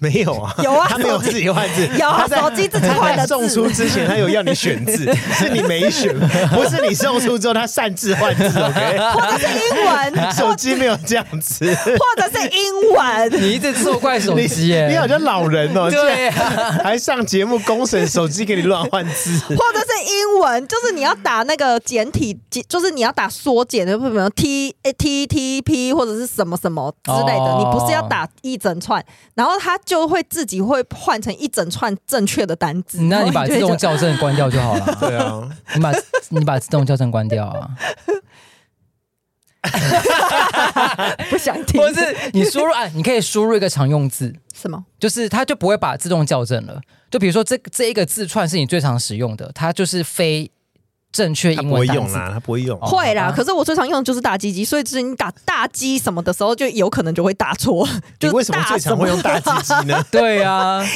Speaker 1: 没有啊，
Speaker 2: 有啊
Speaker 1: 他没有
Speaker 2: 手机
Speaker 1: 自己换 字，
Speaker 2: 有啊，
Speaker 1: 他在
Speaker 2: 手机自己
Speaker 1: 他
Speaker 2: 换
Speaker 1: 在
Speaker 2: 了
Speaker 1: 送出
Speaker 2: 字。
Speaker 1: 之前，他有要你选 字，是你没选，不是你送出之后他擅自换字，OK？
Speaker 2: 或 者是英 文，
Speaker 1: 手机没有这样子，
Speaker 2: 或者是英文，
Speaker 3: 你一直错怪手
Speaker 1: 你
Speaker 3: 机耶、
Speaker 1: 你好像老人哦，竟
Speaker 3: 对
Speaker 1: 然
Speaker 3: 啊、
Speaker 1: 还上节目公审手机给你乱换字，
Speaker 2: 或者是英文，就是你要打那个简体，就是你要打缩减的，不什么 T T T P 或者是什么什么之类的，
Speaker 3: 哦
Speaker 2: 你不是要打一整串，然后它就会自己会换成一整串正确的单字。
Speaker 3: 那你把
Speaker 2: 然后就
Speaker 3: 自
Speaker 2: 会觉
Speaker 3: 动
Speaker 2: 得
Speaker 3: 校正关掉就 好了。
Speaker 1: 对啊，
Speaker 3: 你把你把自动校正关掉啊！
Speaker 2: 不想听
Speaker 3: 或是你输入啊，你可以输入一个常用字，
Speaker 2: 什么？
Speaker 3: 就是它就不会把自动校正了。就比如说这这一个字串是你最常使用的，它就是非正确
Speaker 1: 他
Speaker 3: 英
Speaker 1: 不会
Speaker 3: 文单
Speaker 1: 用啊
Speaker 3: 字。
Speaker 1: 啦，他不会用。
Speaker 3: 哦
Speaker 2: 会
Speaker 3: 好
Speaker 2: 啦，
Speaker 3: 吧
Speaker 2: 可是我最常用的就是大鸡鸡，所以就是你打大鸡什么的时候，就有可能就会打错。
Speaker 1: 你
Speaker 2: 就
Speaker 1: 为什么最常会用大
Speaker 2: 大什么
Speaker 1: 鸡鸡呢？
Speaker 3: 对啊，
Speaker 2: 会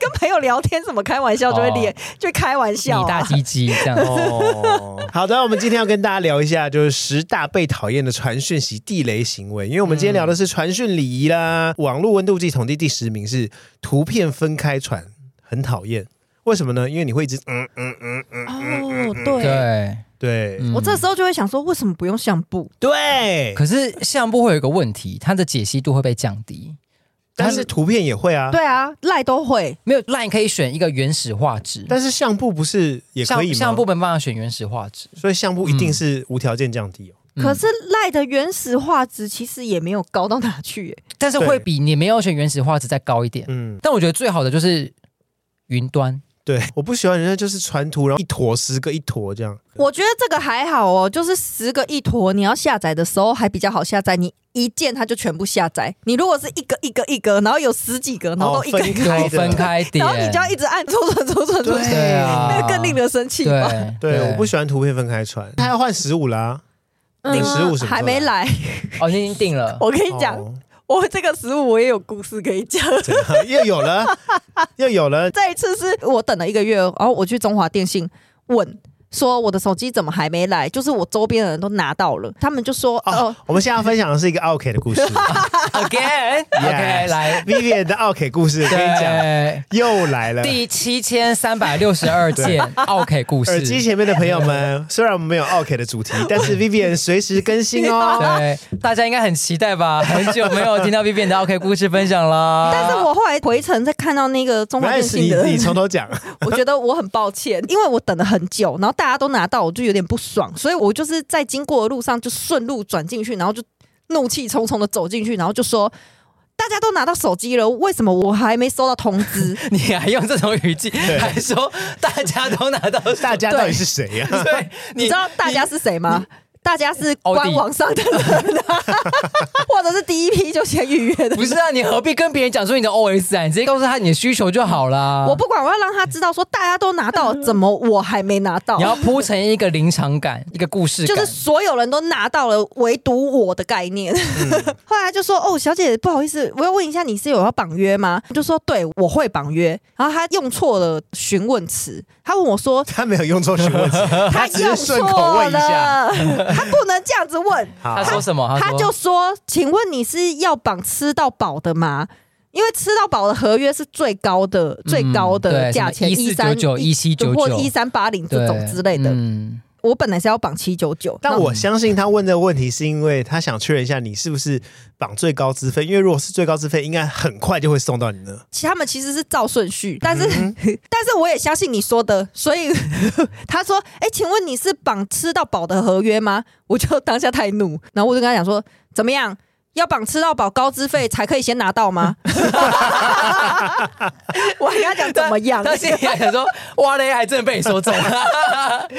Speaker 2: 跟朋友聊天，什么开玩笑就会连、就会开玩
Speaker 3: 哦你
Speaker 2: 笑、
Speaker 3: 大
Speaker 2: 啊。
Speaker 3: 鸡鸡这样。
Speaker 1: 哦，好的，我们今天要跟大家聊一下，就是十大被讨厌的传讯息地雷行为。因为我们今天聊的是传讯礼仪啦，网络温度计统计第十名是图片分开传，很讨厌。为什么呢？因为你会一直嗯嗯嗯嗯，
Speaker 2: 哦，对
Speaker 3: 对，
Speaker 1: 对、
Speaker 3: 嗯
Speaker 2: 我这时候就会想说，为什么不用相簿？
Speaker 1: 对，
Speaker 3: 可是相簿会有一个问题，它的解析度会被降低。
Speaker 1: 但是图片也会啊，
Speaker 2: 对啊，赖都会。
Speaker 3: 没有 Line 可以选一个原始画质，
Speaker 1: 但是相簿不是也可以
Speaker 3: 相
Speaker 1: 吗？
Speaker 3: 相簿没办法选原始画质。
Speaker 1: 所以相簿一定是无条件降低哦。
Speaker 3: 嗯
Speaker 2: 可是赖的原始画质其实也没有高到哪去、欸，
Speaker 3: 但是会比你没有选原始画质再高一点。
Speaker 1: 嗯，
Speaker 3: 但我觉得最好的就是云端，
Speaker 1: 对，我不喜欢人家就是传图，然后一坨十个一坨这样。
Speaker 2: 我觉得这个还好哦，就是十个一坨，你要下载的时候还比较好下载，你一键它就全部下载。你如果是一个一个一个，然后有十几个，然后都一个一
Speaker 1: 开
Speaker 2: 个，
Speaker 3: 对
Speaker 1: 的
Speaker 3: 哦分开点，
Speaker 2: 然后你就要一直按储存储存储存，
Speaker 3: 对 啊，
Speaker 2: 那个更令人生气吧？
Speaker 3: 对啊
Speaker 1: 对，我不喜欢图片分开传，他要换十五啦。
Speaker 2: 嗯
Speaker 1: 领食物什么时候来啊
Speaker 2: 还没来，
Speaker 3: 哦，你已经定了，
Speaker 2: 我跟你讲，
Speaker 1: 哦
Speaker 2: 我这个食物我也有故事可以讲。
Speaker 1: 怎样 又有了，又有了，
Speaker 2: 哦这一次是我等了一个月，然后我去中华电信问，说我的手机怎么还没来，就是我周边的人都拿到了，他们就说
Speaker 1: 哦，
Speaker 2: 哦，
Speaker 1: 我们现在要分享的是一个奥 K 的 故事
Speaker 3: again OK 来，
Speaker 1: ，Vivian 的奥 K 故事，我跟你讲，
Speaker 3: 对，
Speaker 1: 又来了。
Speaker 3: 第七千三百六十 二件 OK 故
Speaker 1: 耳
Speaker 3: 事，
Speaker 1: 机前面的朋友们，虽然我们没有奥 K 的主题，但是 Vivian 随时更新哦。
Speaker 3: 对，啊大家应该很期 待吧？很久没有听到 Vivian 的 OK 故事分享
Speaker 1: 啊
Speaker 3: 啦。
Speaker 2: 但是我后来回程再看到那个中
Speaker 1: 没
Speaker 2: 华电
Speaker 1: 关系，
Speaker 2: 信
Speaker 1: 你
Speaker 2: 的，
Speaker 1: 你从头 讲。
Speaker 2: 我觉得我很抱歉，因为我等了很久，然后大家都拿到，我就有点不爽，所以我就是在经过的路上就顺路转进去，然后就怒气冲冲的走进去，然后就说。大家都拿到手机了，为什么我还没收到通知？
Speaker 3: 你还用这种语气，
Speaker 1: 对
Speaker 3: 还说大家都拿到手，
Speaker 1: 大家到底是谁啊呀、
Speaker 3: 对，
Speaker 2: 你知道大家是谁吗？大家是
Speaker 3: 欧弟
Speaker 2: 官网上的人、 啊，或者是第一批就先预约的人。
Speaker 3: 不是啊？你何必跟别人讲说你的 OS 啊？你直接告诉他你的需求就好啦。
Speaker 1: 啊
Speaker 2: 我不管，我要让他知道说大家都拿到，怎么我还没拿到
Speaker 3: 你？要铺成一个临场感，一个故事
Speaker 2: 就
Speaker 3: 感。
Speaker 2: 是所有人都拿到了，唯独我的概念。
Speaker 1: 嗯
Speaker 2: 后来就说：“哦，小姐，不好意思，我要问一下，你是有要绑约吗？”我就说：“对，我会绑约。”然后他用错了询问词，他问我说
Speaker 1: 他没有用错询 问词， 他只
Speaker 2: 用
Speaker 1: 是
Speaker 2: 错
Speaker 1: 顺口问一下。
Speaker 2: 了， 他不能这样子问。
Speaker 1: 好
Speaker 3: 他说什么？
Speaker 2: 他
Speaker 3: 说
Speaker 2: 就说：“请问你是要绑吃到饱的吗？”因为吃到饱的合约是最高的、
Speaker 3: 嗯
Speaker 2: 最高的价钱，
Speaker 3: 一四九九、一七九
Speaker 2: 或
Speaker 3: 九、
Speaker 2: 一三八零这种之类的。
Speaker 3: 嗯，
Speaker 2: 我本来是要绑七九九，
Speaker 1: 但我相信他问这个问题是因为他想确认一下你是不是绑最高资费，因为如果是最高资费，应该很快就会送到你呢。
Speaker 2: 其他们其实是照顺序，
Speaker 1: 嗯
Speaker 2: 但是、 但是我也相信你说的，所以 他说：“哎、请问你是绑吃到饱的合约吗？”我就当下太怒，然后我就跟他讲说：“怎么样？”要绑吃到饱高资费才可以先拿到吗？ 我还跟他讲怎么 样？
Speaker 3: 他心里还 想说：“哇嘞，还真的被你说中了。”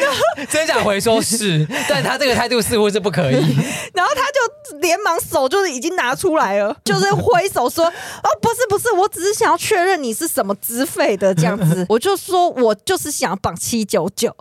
Speaker 3: 真想回说是，但他这个态度似乎是不可以。
Speaker 2: 然后他就连忙手就是已经拿出来了，就是挥手说：“哦，不是不是，我只是想要确认你是什么资费的这样 子。”我就说我就是想绑七九九，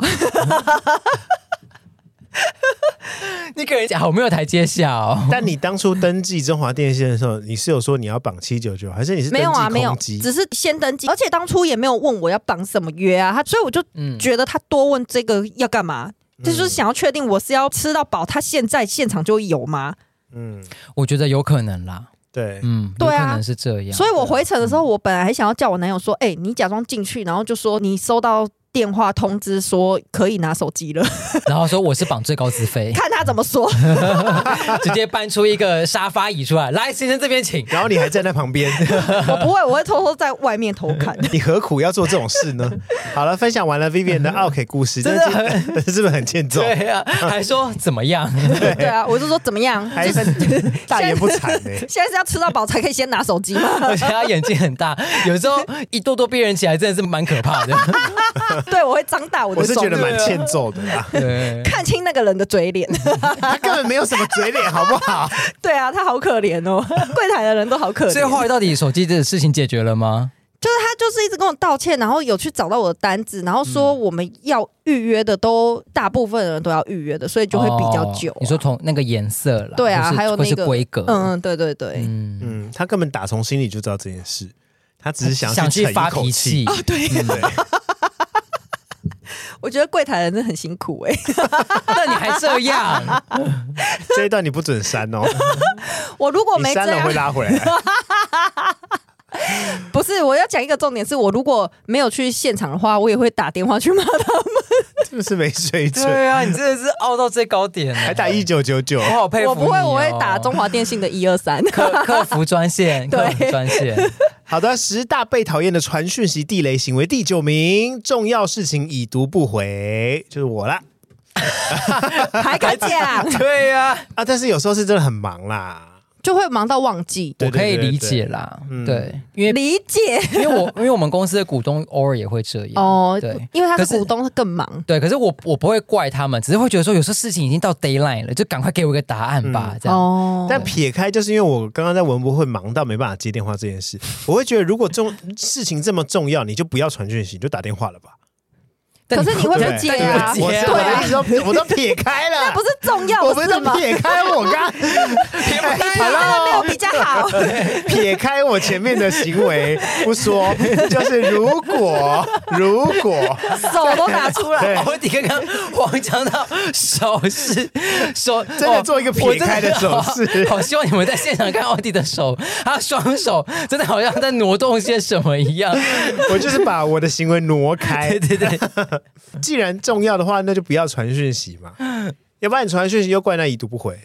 Speaker 3: 你给人家好没有台阶下哦。
Speaker 1: 但你当初登记中华电信的时候，你是有说你要绑七九九，还是你是登
Speaker 2: 没
Speaker 1: 记
Speaker 2: 有啊，没有，
Speaker 1: 空机？
Speaker 2: 只是先登记，而且当初也没有问我要绑什么约啊，他所以我就
Speaker 3: 嗯
Speaker 2: 觉得他多问这个要干嘛。
Speaker 1: 嗯
Speaker 2: 他就是想要确定我是要吃到饱，他现在现场就有吗？
Speaker 1: 嗯，
Speaker 3: 我觉得有可能啦，
Speaker 1: 对，
Speaker 3: 嗯，
Speaker 2: 对啊
Speaker 3: 有可能是这样。
Speaker 2: 所以我回程的时候，
Speaker 1: 嗯
Speaker 2: 我本来还想要叫我男友说：“哎、你假装进去，然后就说你收到电话通知说可以拿手机了，
Speaker 3: 然后说我是绑最高资费，
Speaker 2: 看他怎么说。
Speaker 3: 直接搬出一个沙发椅出来，来先生这边请。
Speaker 1: 然后你还站在旁边，
Speaker 2: 我不会，我会偷偷在外面偷看。
Speaker 1: 你何苦要做这种事呢？好了，分享完了 Vivian 的 OK 故事，
Speaker 3: 真的
Speaker 1: 但是但是不是很欠揍？
Speaker 3: 对啊，还说怎么样？
Speaker 2: 对啊，我就说怎么样？
Speaker 1: 还
Speaker 2: 就是
Speaker 1: 大言不惭欸呢、
Speaker 2: 现在是要吃到饱才可以先拿手机 吗？
Speaker 3: 而且他眼睛很大，有时候一咄咄逼人起来，真的是蛮可 怕的。
Speaker 2: 对，我会张大我的
Speaker 1: 我是
Speaker 2: 手。
Speaker 1: 觉得蛮欠揍的啦，
Speaker 3: 对，
Speaker 2: 看清那个人的嘴脸。
Speaker 1: 他根本没有什么嘴脸，好不好？
Speaker 2: 对啊，他好可怜哦， 柜台的人都好可怜。
Speaker 3: 所以后来到底手机的事情解决了吗？
Speaker 2: 就是他就是一直跟我道歉，然后有去找到我的单子，然后说
Speaker 1: 嗯
Speaker 2: 我们要预约的都大部分人都要预约的，所以就会比较久啊、
Speaker 3: 哦你说从那个颜色啦，
Speaker 2: 对啊
Speaker 3: 或是
Speaker 2: 还有那个
Speaker 3: 或是规格，
Speaker 2: 嗯嗯，对对对。
Speaker 3: 嗯
Speaker 1: 嗯，他根本打从心里就知道这件事，他只是想
Speaker 3: 想
Speaker 1: 去
Speaker 3: 去
Speaker 1: 逞一
Speaker 3: 发
Speaker 1: 口
Speaker 3: 脾 气，
Speaker 1: 气。嗯对，
Speaker 2: 我觉得柜台的人真的很辛苦哎、
Speaker 3: 那你还这 样，
Speaker 1: 这一段你不准删哦，
Speaker 2: 我如果
Speaker 1: 你
Speaker 2: 没
Speaker 1: 删
Speaker 2: 这
Speaker 1: 了
Speaker 2: 样
Speaker 1: 会，拉回来。
Speaker 2: 不是我要讲一个重点，是我如果没有去现场的话，我也会打电话去骂他。
Speaker 1: 是不是没水准？
Speaker 3: 对啊，你真的是傲到最高点，
Speaker 1: 还打一，九九九
Speaker 3: 我，好佩服
Speaker 2: 我不会，
Speaker 3: 你哦
Speaker 2: 我会打中华电信的一二 三。
Speaker 3: 客客服 专线，
Speaker 2: 对
Speaker 3: 客服专线，
Speaker 1: 好的，十大被讨厌的传讯息地雷行为第九名，重要事情已读不回，就是我啦
Speaker 2: 还敢讲，
Speaker 3: 对呀，
Speaker 1: 啊！但是有时候是真的很忙啦，
Speaker 2: 就会忙到忘记。
Speaker 1: 对
Speaker 3: 我可以
Speaker 1: 对对
Speaker 3: 理解啦
Speaker 1: 嗯，
Speaker 3: 对，因为
Speaker 2: 理解
Speaker 3: 因为 我因为我们公司的股东偶尔也会这样，
Speaker 2: 哦
Speaker 3: 对，
Speaker 2: 因为他
Speaker 3: 可
Speaker 2: 是
Speaker 3: 是
Speaker 2: 股东，更忙。
Speaker 3: 对，可是我我不会怪他们，只是会觉得说有时候事情已经到 d a y l i n e 了，就赶快给我一个答案吧，
Speaker 1: 嗯
Speaker 3: 这样。
Speaker 2: 哦
Speaker 1: 但撇开，就是因为我刚刚在文博会忙到没办法接电话这件 事，我会觉得如果重事情这么重要，你就不要传讯息，你就打电话了吧。
Speaker 3: 但
Speaker 2: 可是你会不接啊
Speaker 3: 但你
Speaker 1: 我
Speaker 3: 会接
Speaker 1: 是
Speaker 3: 啊
Speaker 1: 我的意思说，我都撇开
Speaker 2: 那
Speaker 1: 了
Speaker 2: 不，是重要
Speaker 1: 我
Speaker 2: 的
Speaker 1: 们
Speaker 2: 事
Speaker 1: 都
Speaker 2: 吗？
Speaker 1: 撇开我刚。
Speaker 2: 啊
Speaker 1: 哎
Speaker 2: 你真的没有比较好 好，
Speaker 1: 撇开我前面的行为不说，就是如果如果
Speaker 2: 手都拿出 来。
Speaker 1: 对
Speaker 3: 我你刚刚慌张到手 势手，哦
Speaker 1: 真的做一个撇开的手势
Speaker 3: 我真 的好好希望你们在现场看奥迪的手，他双手 真的好像在挪动些什么一样。
Speaker 1: 我就是把我的行为挪开
Speaker 3: 对，对对，
Speaker 1: 既然重要的话，那就不要传讯息 嘛，要不然你传讯息又怪那已读不回。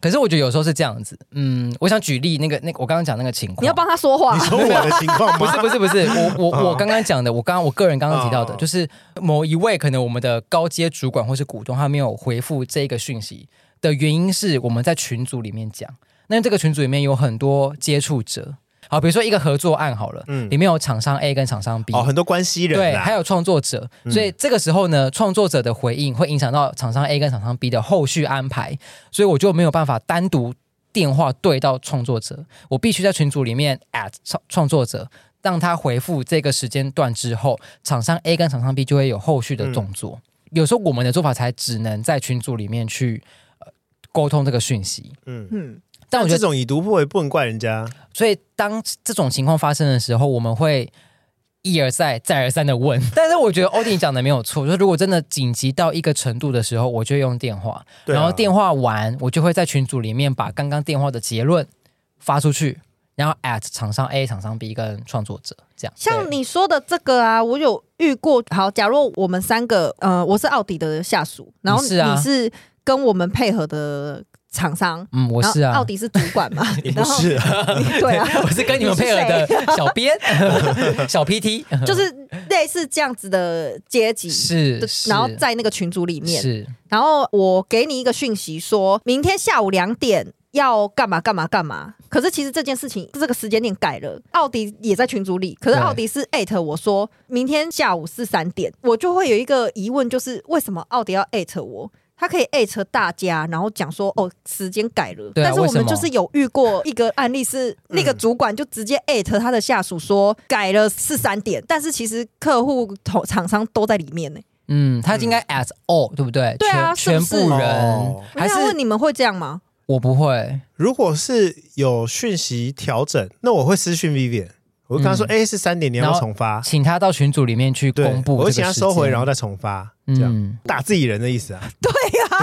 Speaker 3: 可是我觉得有时候是这样子，嗯，我想举例那个那个我刚刚讲那个情况，
Speaker 2: 你要帮他说话
Speaker 1: 你，说我的情况
Speaker 3: 不是
Speaker 1: 吗？
Speaker 3: 不是 不是，我
Speaker 1: 嗯
Speaker 3: 我我刚刚讲的，我刚刚我个人刚刚提到的，
Speaker 1: 哦
Speaker 3: 就是某一位可能我们的高阶主管或是股东，他没有回复这个讯息的原因是我们在群组里面讲，那这个群组里面有很多接触者，好，比如说一个合作案好了，
Speaker 1: 嗯
Speaker 3: 里面有厂商 A 跟厂商 B，、
Speaker 1: 哦，很多关系人
Speaker 3: 对，
Speaker 1: 啦
Speaker 3: 还有创作者，所以这个时候呢，创作者的回应会影响到厂商 A 跟厂商 B 的后续安排，所以我就没有办法单独电话对到创作者，我必须在群组里面 at 创创作者，让他回复这个时间段之后，厂商 A 跟厂商 B 就会有后续的动作。有时候我们的做法才只能在群组里面去呃沟通这个讯息，
Speaker 1: 嗯，
Speaker 2: 嗯，
Speaker 3: 但我觉
Speaker 1: 这
Speaker 3: 得
Speaker 1: 种已读不回不能怪人家，
Speaker 3: 所以当这种情况发生的时候，我们会一而再、再而三的 问。但是我觉得欧弟讲的没有错，就是如果真的紧急到一个程度的时候，我就用电话，
Speaker 1: 对啊
Speaker 3: 然后电话完，我就会在群组里面把刚刚电话的结论发出去，然后 at 厂商 A、厂商 B 跟创作者这样。
Speaker 2: 像
Speaker 3: 对
Speaker 2: 你说的这个啊，我有遇过。好，假如我们三个，呃，我是奥迪的下属，然后
Speaker 3: 你是啊
Speaker 2: 你是跟我们配合的厂商，
Speaker 3: 嗯，我是
Speaker 2: 然后
Speaker 3: 啊
Speaker 2: 奥，迪是主管嘛，
Speaker 1: 你不
Speaker 2: 然后
Speaker 1: 是啊
Speaker 2: 对啊，
Speaker 3: 我是跟你们配合的小编 小 PT，
Speaker 2: 就是类似这样子的阶级，
Speaker 3: 是
Speaker 2: 对，
Speaker 3: 是
Speaker 2: 然后在那个群组里面，
Speaker 3: 是
Speaker 2: 然后我给你一个讯息说，明天下午两点要干嘛干嘛干嘛。可是其实这件事情这个时间点改了，奥迪也在群组里，可是
Speaker 3: 对
Speaker 2: 奥迪是艾特我说明天下午是三点，我就会有一个疑问，就是为什么奥迪要艾特我？他可以艾特大家，然后讲说哦，时间改了。
Speaker 3: 对啊
Speaker 2: 但是我
Speaker 3: 为
Speaker 2: 们
Speaker 3: 什么
Speaker 2: 就是有遇过一个案例是，那个主管就直接艾特他的下属
Speaker 3: 嗯
Speaker 2: 说改了是三点，但是其实客户、同厂商都在里面呢、
Speaker 3: 嗯，他应该 at all 对不对？
Speaker 2: 对啊
Speaker 3: 全
Speaker 2: 是不是
Speaker 3: 全部人
Speaker 1: 哦
Speaker 2: 我
Speaker 3: 还是
Speaker 2: 想问你们会这样吗？
Speaker 3: 我不会。
Speaker 1: 如果是有讯息调整，那我会私讯 Vivian，我会跟他说：“哎、是三点，你要不要
Speaker 3: 嗯然后
Speaker 1: 重发
Speaker 3: 请他到群组里面去？”
Speaker 1: 啊对
Speaker 3: 公，布，
Speaker 1: 我会请他收回，然后
Speaker 3: 后
Speaker 1: 再重发，这样、
Speaker 3: 嗯，
Speaker 1: 打自己人的意思啊。
Speaker 2: 对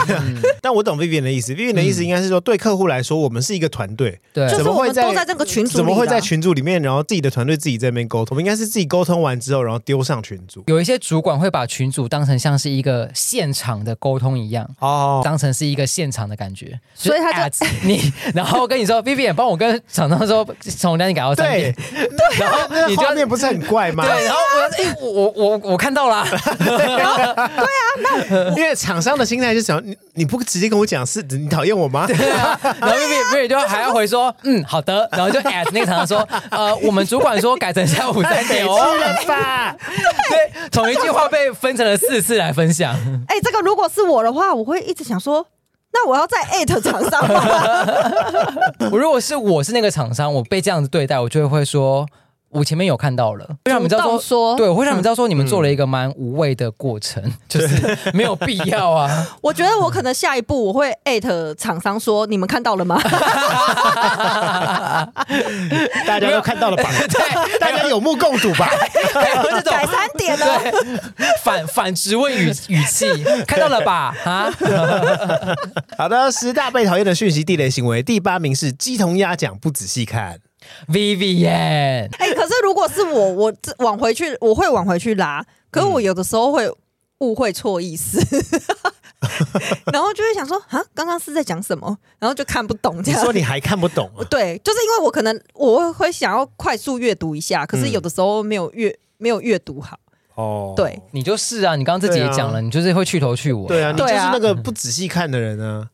Speaker 2: 呀、
Speaker 1: 但我懂 Vivian 的意思，Vivian 的
Speaker 3: 嗯
Speaker 1: 意思应该是说，对客户来说，我们是一个团队，
Speaker 3: 对，
Speaker 2: 就是
Speaker 1: 怎么
Speaker 2: 我
Speaker 1: 会
Speaker 2: 们
Speaker 1: 在
Speaker 2: 都在这个群组里、啊，
Speaker 1: 怎么会在群组里面，然后自己的团队自己在那边沟通？应该是自己沟通完之后，然后丢上群组。
Speaker 3: 有一些主管会把群组当成像是一个现场的沟通一样。
Speaker 1: 哦，
Speaker 3: 当成是一个现场的感觉，
Speaker 2: 所以他
Speaker 3: 就 at 你，然后跟你说，Vivian 帮我跟厂商说，从两点改到三
Speaker 1: 对啊
Speaker 3: 点，，然后
Speaker 1: 那
Speaker 3: 你就
Speaker 1: 画面不是很怪吗？
Speaker 3: 对，然后我哎我我我看 到啦，
Speaker 1: 因为厂商的心态就是想，你你不直接跟我讲是你讨厌我吗？
Speaker 3: 然后 Vivian Vivian 就还要回说，嗯好的，然后就 at 那个厂商说，呃我们主管说改成下午三 点哦，
Speaker 1: 人吧，
Speaker 3: 对，同一句话被分成了四次来分享。
Speaker 2: 哎、这个如果是我的话，我会一直想说，那我要再艾特厂商吗？
Speaker 3: 我如果是我是那个厂商，我被这样子对待，我就会说，我前面有看到了，会让你们知道
Speaker 2: 主
Speaker 3: 说，
Speaker 2: 动说
Speaker 3: 对，我会让你们知道说，你们做了一个蛮无谓的过程， 就是没有必 要啊。
Speaker 2: 我觉得我可能下一步我会艾特厂商说，你们看到了吗？
Speaker 1: 大家都看到了吧？
Speaker 3: 对，
Speaker 1: 大家有目共睹吧？
Speaker 3: 还有这 种
Speaker 2: 改三点了，
Speaker 3: 对反反质问语语气，看到了吧？啊，
Speaker 1: 好的，十大被讨厌的讯息地雷行为，第八名是鸡同鸭讲，不仔细看。
Speaker 3: Vivian，
Speaker 2: 哎、可是如果是我，我这往回去，我会往回去拉，可是我有的时候会误会错意思。 然后就会想说啊，刚刚是在讲什么？然后就看不懂这
Speaker 1: 你
Speaker 2: 样。
Speaker 1: 说你还看不懂啊？
Speaker 2: 对，就是因为我可能我会想要快速阅读一下，可是有的时候没有阅、没有阅读好。
Speaker 1: 哦，
Speaker 2: 对，
Speaker 3: 你就是啊，你刚刚自己也讲
Speaker 1: 对
Speaker 3: 了，你就是会去头去尾。
Speaker 1: 对啊，你就
Speaker 2: 对
Speaker 1: 是
Speaker 2: 啊
Speaker 1: 那个不仔细看的人啊。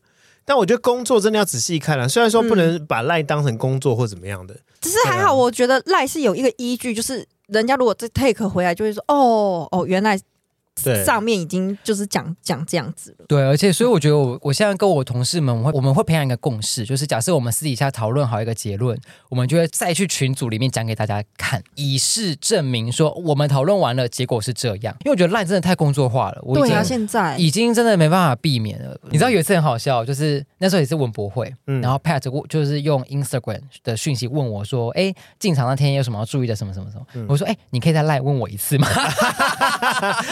Speaker 1: 但我觉得工作真的要仔细看啊，虽然
Speaker 3: 嗯
Speaker 1: 说不能把赖当成工作或怎么样的，
Speaker 2: 只是
Speaker 1: 啊
Speaker 2: 还好，我觉得赖是有一个依据，就是人家如果再 take 回来，就会说哦哦，原来
Speaker 1: 对
Speaker 2: 上面已经就是讲讲这样子了。
Speaker 3: 对，而且所以我觉得我我现在跟我同事们，我会我们会培养一个共识，就是假设我们私底下讨论好一个结论，我们就会再去群组里面讲给大家看，以示证明说我们讨论完了，结果是这样。因为我觉得烂真的太工作化了，我已
Speaker 2: 对啊，
Speaker 3: 经
Speaker 2: 现在
Speaker 3: 已经真的没办法避免了。你知道有一次很好笑，就是那时候也是文博会，
Speaker 1: 嗯
Speaker 3: 然后 Pat 我就是用 Instagram 的讯息问我说：“哎，进场那天有什么要注意的？什么什么什么？”
Speaker 2: 嗯
Speaker 3: 我说：“哎，你可以再赖问我一次吗？”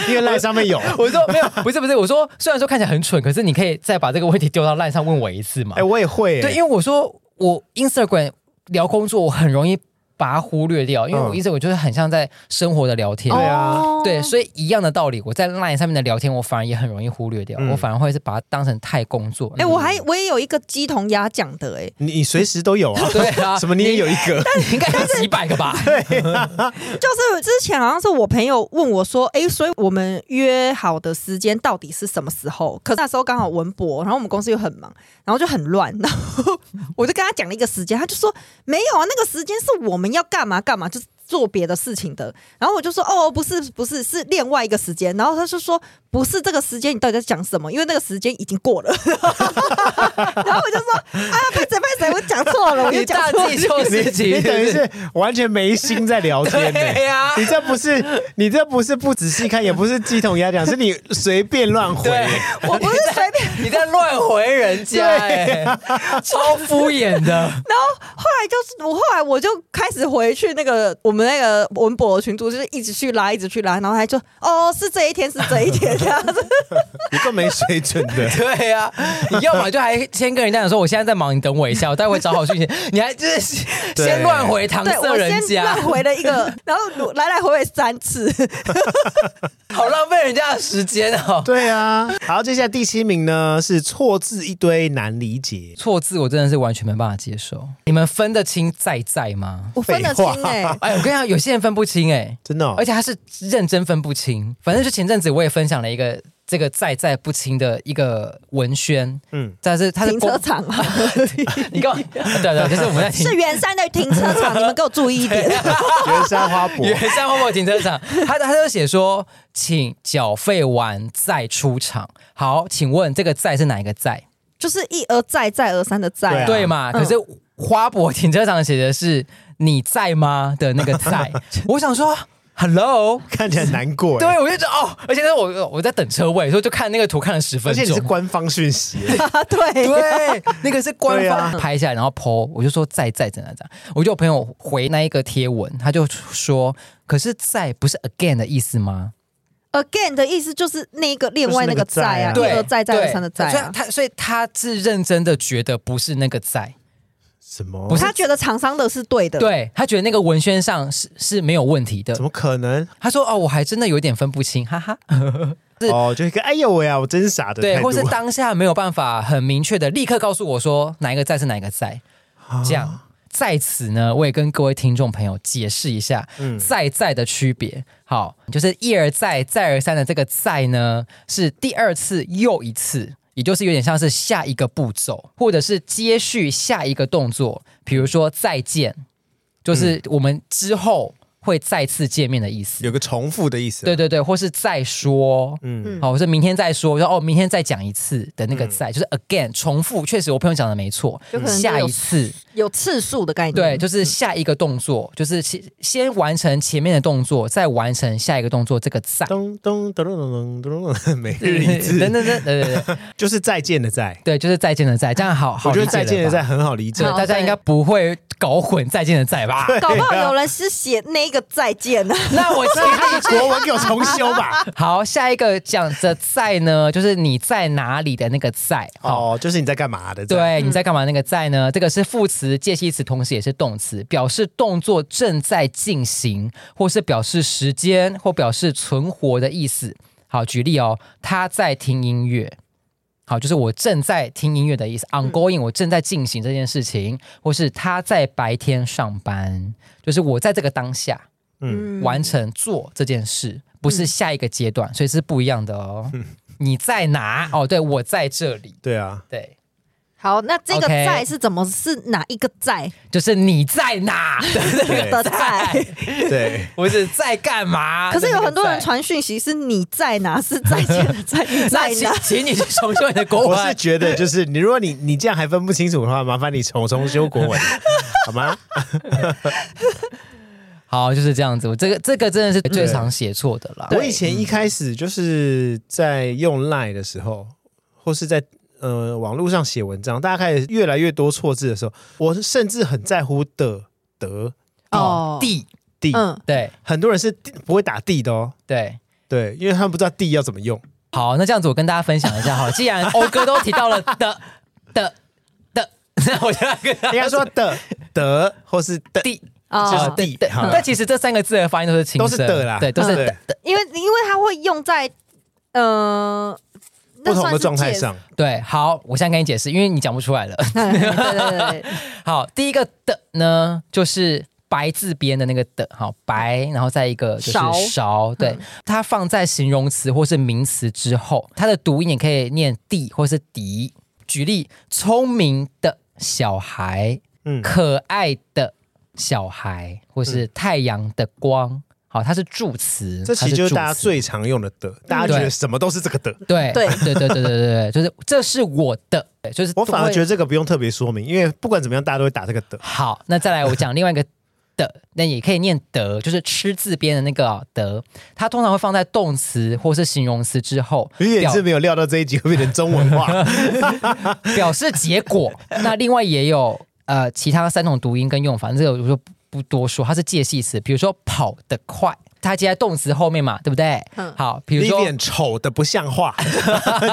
Speaker 1: 因为赖上面 有。
Speaker 3: 我说没有，不是不是，我说虽然说看起来很蠢，可是你可以再把这个问题丢到烂上问我一次嘛
Speaker 1: 哎、？我也会、欸，
Speaker 3: 对，因为我说我 Instagram 聊工作，我很容易把它忽略掉，因为我
Speaker 1: 嗯
Speaker 3: Instagram 就是很像在生活的聊天。
Speaker 1: 对啊
Speaker 2: 哦
Speaker 3: 对，所以一样的道理，我在 LINE 上面的聊天，我反而也很容易忽略掉，
Speaker 1: 嗯
Speaker 3: 我反而会是把它当成太工作。，
Speaker 2: 哎、我还我也有一个鸡同鸭讲的哎、
Speaker 1: 你你随时都有啊
Speaker 3: 对啊，
Speaker 1: 什么你也有一个，
Speaker 3: 你应该有几百个吧？
Speaker 2: 就是之前好像是我朋友问我说，哎、所以我们约好的时间到底是什么时候？可是那时候刚好文博，然后我们公司又很忙，然后就很乱，然后我就跟他讲了一个时间，他就说没有啊，那个时间是我们要干嘛干嘛，就是。做别的事情的，然后我就说哦，不是不是，是另外一个时间。然后他就说不是这个时间，你到底在讲什么？因为那个时间已经过了。然后我就说啊，拍谁拍谁，我讲错了，我又
Speaker 3: 你
Speaker 2: 讲
Speaker 3: 大
Speaker 2: 错了
Speaker 3: 记。错事情，
Speaker 1: 你等于
Speaker 3: 对
Speaker 1: 是完全没心在聊天呢、
Speaker 3: 对啊呀
Speaker 1: 你这不是你这不是不仔细看，也不是鸡同鸭 讲，是你随便乱回。
Speaker 2: 我不是随便
Speaker 3: 你在乱回人家、哎，超敷衍的。。
Speaker 2: 后来哎就是我后来我就开始回去那个我们那个文博的群组，就是一直去拉，一直去拉，然后他就哦是这一天是这一天 这样子，
Speaker 1: 你更没水准的
Speaker 3: 对呀、你要么就还先跟人家讲说我现在在忙，你等我一下，我待会找好讯息。 你还就是
Speaker 1: 对
Speaker 3: 先乱回搪
Speaker 2: 对
Speaker 3: 塞
Speaker 2: 我
Speaker 3: 人
Speaker 2: 先
Speaker 3: 家
Speaker 2: 乱，回了一个，然后来来回回三次，
Speaker 3: 好浪费人家的时间哦。
Speaker 1: 对啊，好，接下来第七名呢是错字一堆难理解，
Speaker 3: 错字我真的是完全没办法接受。你们分得清在在吗？
Speaker 2: 我分得清
Speaker 1: 废话
Speaker 2: 哎、
Speaker 3: 哎，我跟你讲，有些人分不清哎、
Speaker 1: 真的、哦
Speaker 3: 而。且他是认真分不清。反正就前阵子我也分享了一个这个在在不清的一个文宣，
Speaker 1: 嗯
Speaker 3: 嗯，但是他是
Speaker 2: 停车场啊，
Speaker 3: 你 告对对，就是我们在停
Speaker 2: 是圆山的停车场，你们给我注意一
Speaker 3: 啊
Speaker 2: 点。
Speaker 1: 原山花博
Speaker 3: 原山花博停车 场，他他就写说，请缴费完再出场。好，请问这个“再”是哪一个“再
Speaker 2: 就是一而再，再而三的再、
Speaker 1: 对”？啊
Speaker 3: 对嘛？可是花博停车场写的是“你在吗”的那个 “在”，我想说，Hello。
Speaker 1: 看起来难过欸，
Speaker 3: 对，我就觉得哦，而且那时候我我在等车位，所以就看那个图看了十分
Speaker 1: 而且你是
Speaker 3: 钟。
Speaker 1: 官方讯息欸，
Speaker 2: 啊 对，
Speaker 3: 对，那个是官
Speaker 1: 对啊
Speaker 3: 方拍下来，然后 PO，我就说在在怎样怎样。我就有朋友回那一个贴文，他就说，可是在不是 again 的意思吗？
Speaker 2: again 的意思就是那个另外那个再啊，
Speaker 1: 就是
Speaker 2: 一
Speaker 1: 那
Speaker 2: 而再，再而三的再
Speaker 3: 所以
Speaker 2: 啊。
Speaker 3: 他所以他是认真的觉得不是那个在，
Speaker 1: 什么？
Speaker 3: 不是
Speaker 2: 他觉得厂商的是对的，
Speaker 3: 对他觉得那个文宣上是是没有问题的
Speaker 1: 怎。么可能？
Speaker 3: 他说哦，我还真的有点分不清，哈哈。是
Speaker 1: 哦，就一个哎呦喂啊，我真傻的
Speaker 3: 对，
Speaker 1: 态度
Speaker 3: 或是当下没有办法很明确的立刻告诉我说哪一个在是哪一个在，
Speaker 1: 啊
Speaker 3: 这样。在此呢，我也跟各位听众朋友解释一下
Speaker 1: 嗯
Speaker 3: “在在”的区别。好，就是一而再、再而三的这个“在”呢，是第二次又一次，也就是有点像是下一个步骤，或者是接续下一个动作。比如说“再见”，
Speaker 1: 嗯
Speaker 3: 就是我们之后会再次见面的意思。
Speaker 1: 有个重复的意思，啊
Speaker 3: 对，对对，或是再说，
Speaker 1: 嗯
Speaker 3: 嗯，好，我说明天再说，我说哦，明天再讲一次的那个再，就是 again 重复，确实我朋友讲的没错
Speaker 2: 就可，能
Speaker 3: 下
Speaker 2: 就有
Speaker 3: 一次，
Speaker 2: 有次数的概念。
Speaker 3: 对，就是下一个动作，就是先先完成前面的动作，再完成下一个动作，这个再。
Speaker 1: 咚咚咚咚咚咚咚咚，每日一
Speaker 3: 等等
Speaker 1: 字，
Speaker 3: 等等， 对对对，
Speaker 1: 就是再见的再。
Speaker 3: 对，就是再见的再，这样好好
Speaker 1: 我
Speaker 3: 理
Speaker 1: 觉
Speaker 3: 解
Speaker 1: 得再见的
Speaker 3: 了吧
Speaker 1: 再，很好理解
Speaker 3: 对，，
Speaker 2: 好
Speaker 3: 大家
Speaker 2: 对
Speaker 3: 应该不会搞混再见的再吧？
Speaker 2: 搞不好有人是写那个再见呢、
Speaker 3: 那我其他
Speaker 1: 那个国文给我重修吧。
Speaker 3: 好，下一个讲的在呢，就是你在哪里的那个在， 好，
Speaker 1: 哦，就是你在干嘛的？这样，
Speaker 3: 对，你在干嘛？那个在呢？这个是副词、介系词，同时也是动词，表示动作正在进行，或是表示时间，或表示存活的意思。好，举例哦，他在听音乐。好，就是我正在听音乐的意思，ongoing，、我正在进行这件事情，或是他在白天上班，就是我在这个当下
Speaker 1: 嗯
Speaker 3: 完成做这件事，不是下一个阶段，所以是不一样的哦。你在哪？哦，对，我在这里。
Speaker 1: 对啊，
Speaker 3: 对，
Speaker 2: 好，那这个
Speaker 3: OK
Speaker 2: 在是怎么是哪一个在
Speaker 3: 就是你在 哪
Speaker 1: 对
Speaker 2: 的在？
Speaker 1: 对，
Speaker 3: 不是在干嘛？
Speaker 2: 哎可是有很多人
Speaker 3: 在
Speaker 2: 传讯息是你在哪，是再见的在，你在
Speaker 3: 那请
Speaker 2: 哪？
Speaker 3: 请你去重修你的国
Speaker 1: 我是
Speaker 3: 文。
Speaker 1: 觉得就是你，如果你你这样还分不清楚的话，麻烦你重重修国 文，好吗？
Speaker 3: 好，就是这样子。我这个这个真的是最常写错的啦。
Speaker 1: 啊我以前一开始就是在用 Line 的时候，或是在呃网络上写文章，大家开始越来越多错字的时候，我甚至很在乎的得
Speaker 2: 哦
Speaker 3: 地
Speaker 1: 地，
Speaker 2: 嗯，
Speaker 3: 对
Speaker 1: 很多人是地不会打地的哦，
Speaker 3: 对。
Speaker 1: 对，因为他们不知道地要怎么用。
Speaker 3: 好，那这样子我跟大家分享一下哈。既 然欧哥都提到了的的的，那 我就来跟大
Speaker 1: 应
Speaker 3: 家
Speaker 1: 该说的得或是的，
Speaker 3: 地
Speaker 1: 就是
Speaker 2: 哦，
Speaker 1: 地
Speaker 3: 对
Speaker 1: 好
Speaker 3: 但其实这三个字的发音都是轻
Speaker 1: 都
Speaker 3: 声，
Speaker 1: 是的啦，嗯
Speaker 3: 对，都是的。
Speaker 2: 因为因为它会用在呃
Speaker 1: 不同的状态。
Speaker 2: 那算是
Speaker 1: 上。
Speaker 3: 对，好，我现在跟你解释，因为你讲不出来了。
Speaker 2: 解对对对对对，
Speaker 3: 好，第一个的呢，就是白字边的那个的，好白，然后再一个就是
Speaker 2: 勺
Speaker 3: 勺，对，
Speaker 1: 嗯
Speaker 3: 它放在形容词或是名词之后，它的读音也可以念地或是敌。举例，聪明的小孩，
Speaker 1: 嗯，
Speaker 3: 可爱的小孩，或是太阳的光。好，它是助词，
Speaker 1: 这其实
Speaker 3: 它
Speaker 1: 就是
Speaker 3: 助
Speaker 1: 大家
Speaker 3: 词
Speaker 1: 最常用的的，大家觉
Speaker 3: 对
Speaker 1: 得什么都是这个的。
Speaker 3: 对
Speaker 2: 对
Speaker 3: 对对对对对对，就是这是我的，对就是
Speaker 1: 我反而
Speaker 3: 会
Speaker 1: 觉得这个不用特别说明，因为不管怎么样，大家都会打这个 的。
Speaker 3: 好，那再来我讲另外一个的，那也可以念得，就是吃字边的那个、得，它通常会放在动词或是形容词 之后，
Speaker 1: 有点
Speaker 3: 表
Speaker 1: 是没有料到这一集会变成中文化。
Speaker 3: 表示 结果。那另外也有呃其他三种读音跟用法，这个我就不不多说，它是介系词，比如说跑得快，它接在动词后面嘛，对不对？
Speaker 2: 嗯
Speaker 3: 好， 比如
Speaker 1: 你
Speaker 3: 说
Speaker 1: 脸丑的不像话，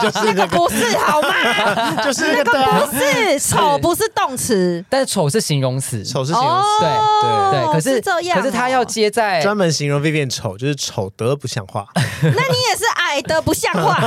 Speaker 1: 就是那
Speaker 2: 那
Speaker 1: 个，
Speaker 2: 个不是好吗？
Speaker 1: 就是那个的
Speaker 2: 不
Speaker 1: 啊，
Speaker 2: 是丑，不是动词。
Speaker 3: 但是丑是形容词，
Speaker 1: 丑是形容词，
Speaker 2: 哦，
Speaker 3: 对，可是
Speaker 2: 这样哦，
Speaker 3: 可是它要接在
Speaker 1: 专门形容 Vivian 丑，就是丑得不像 话。
Speaker 2: 那你也是矮的不像话，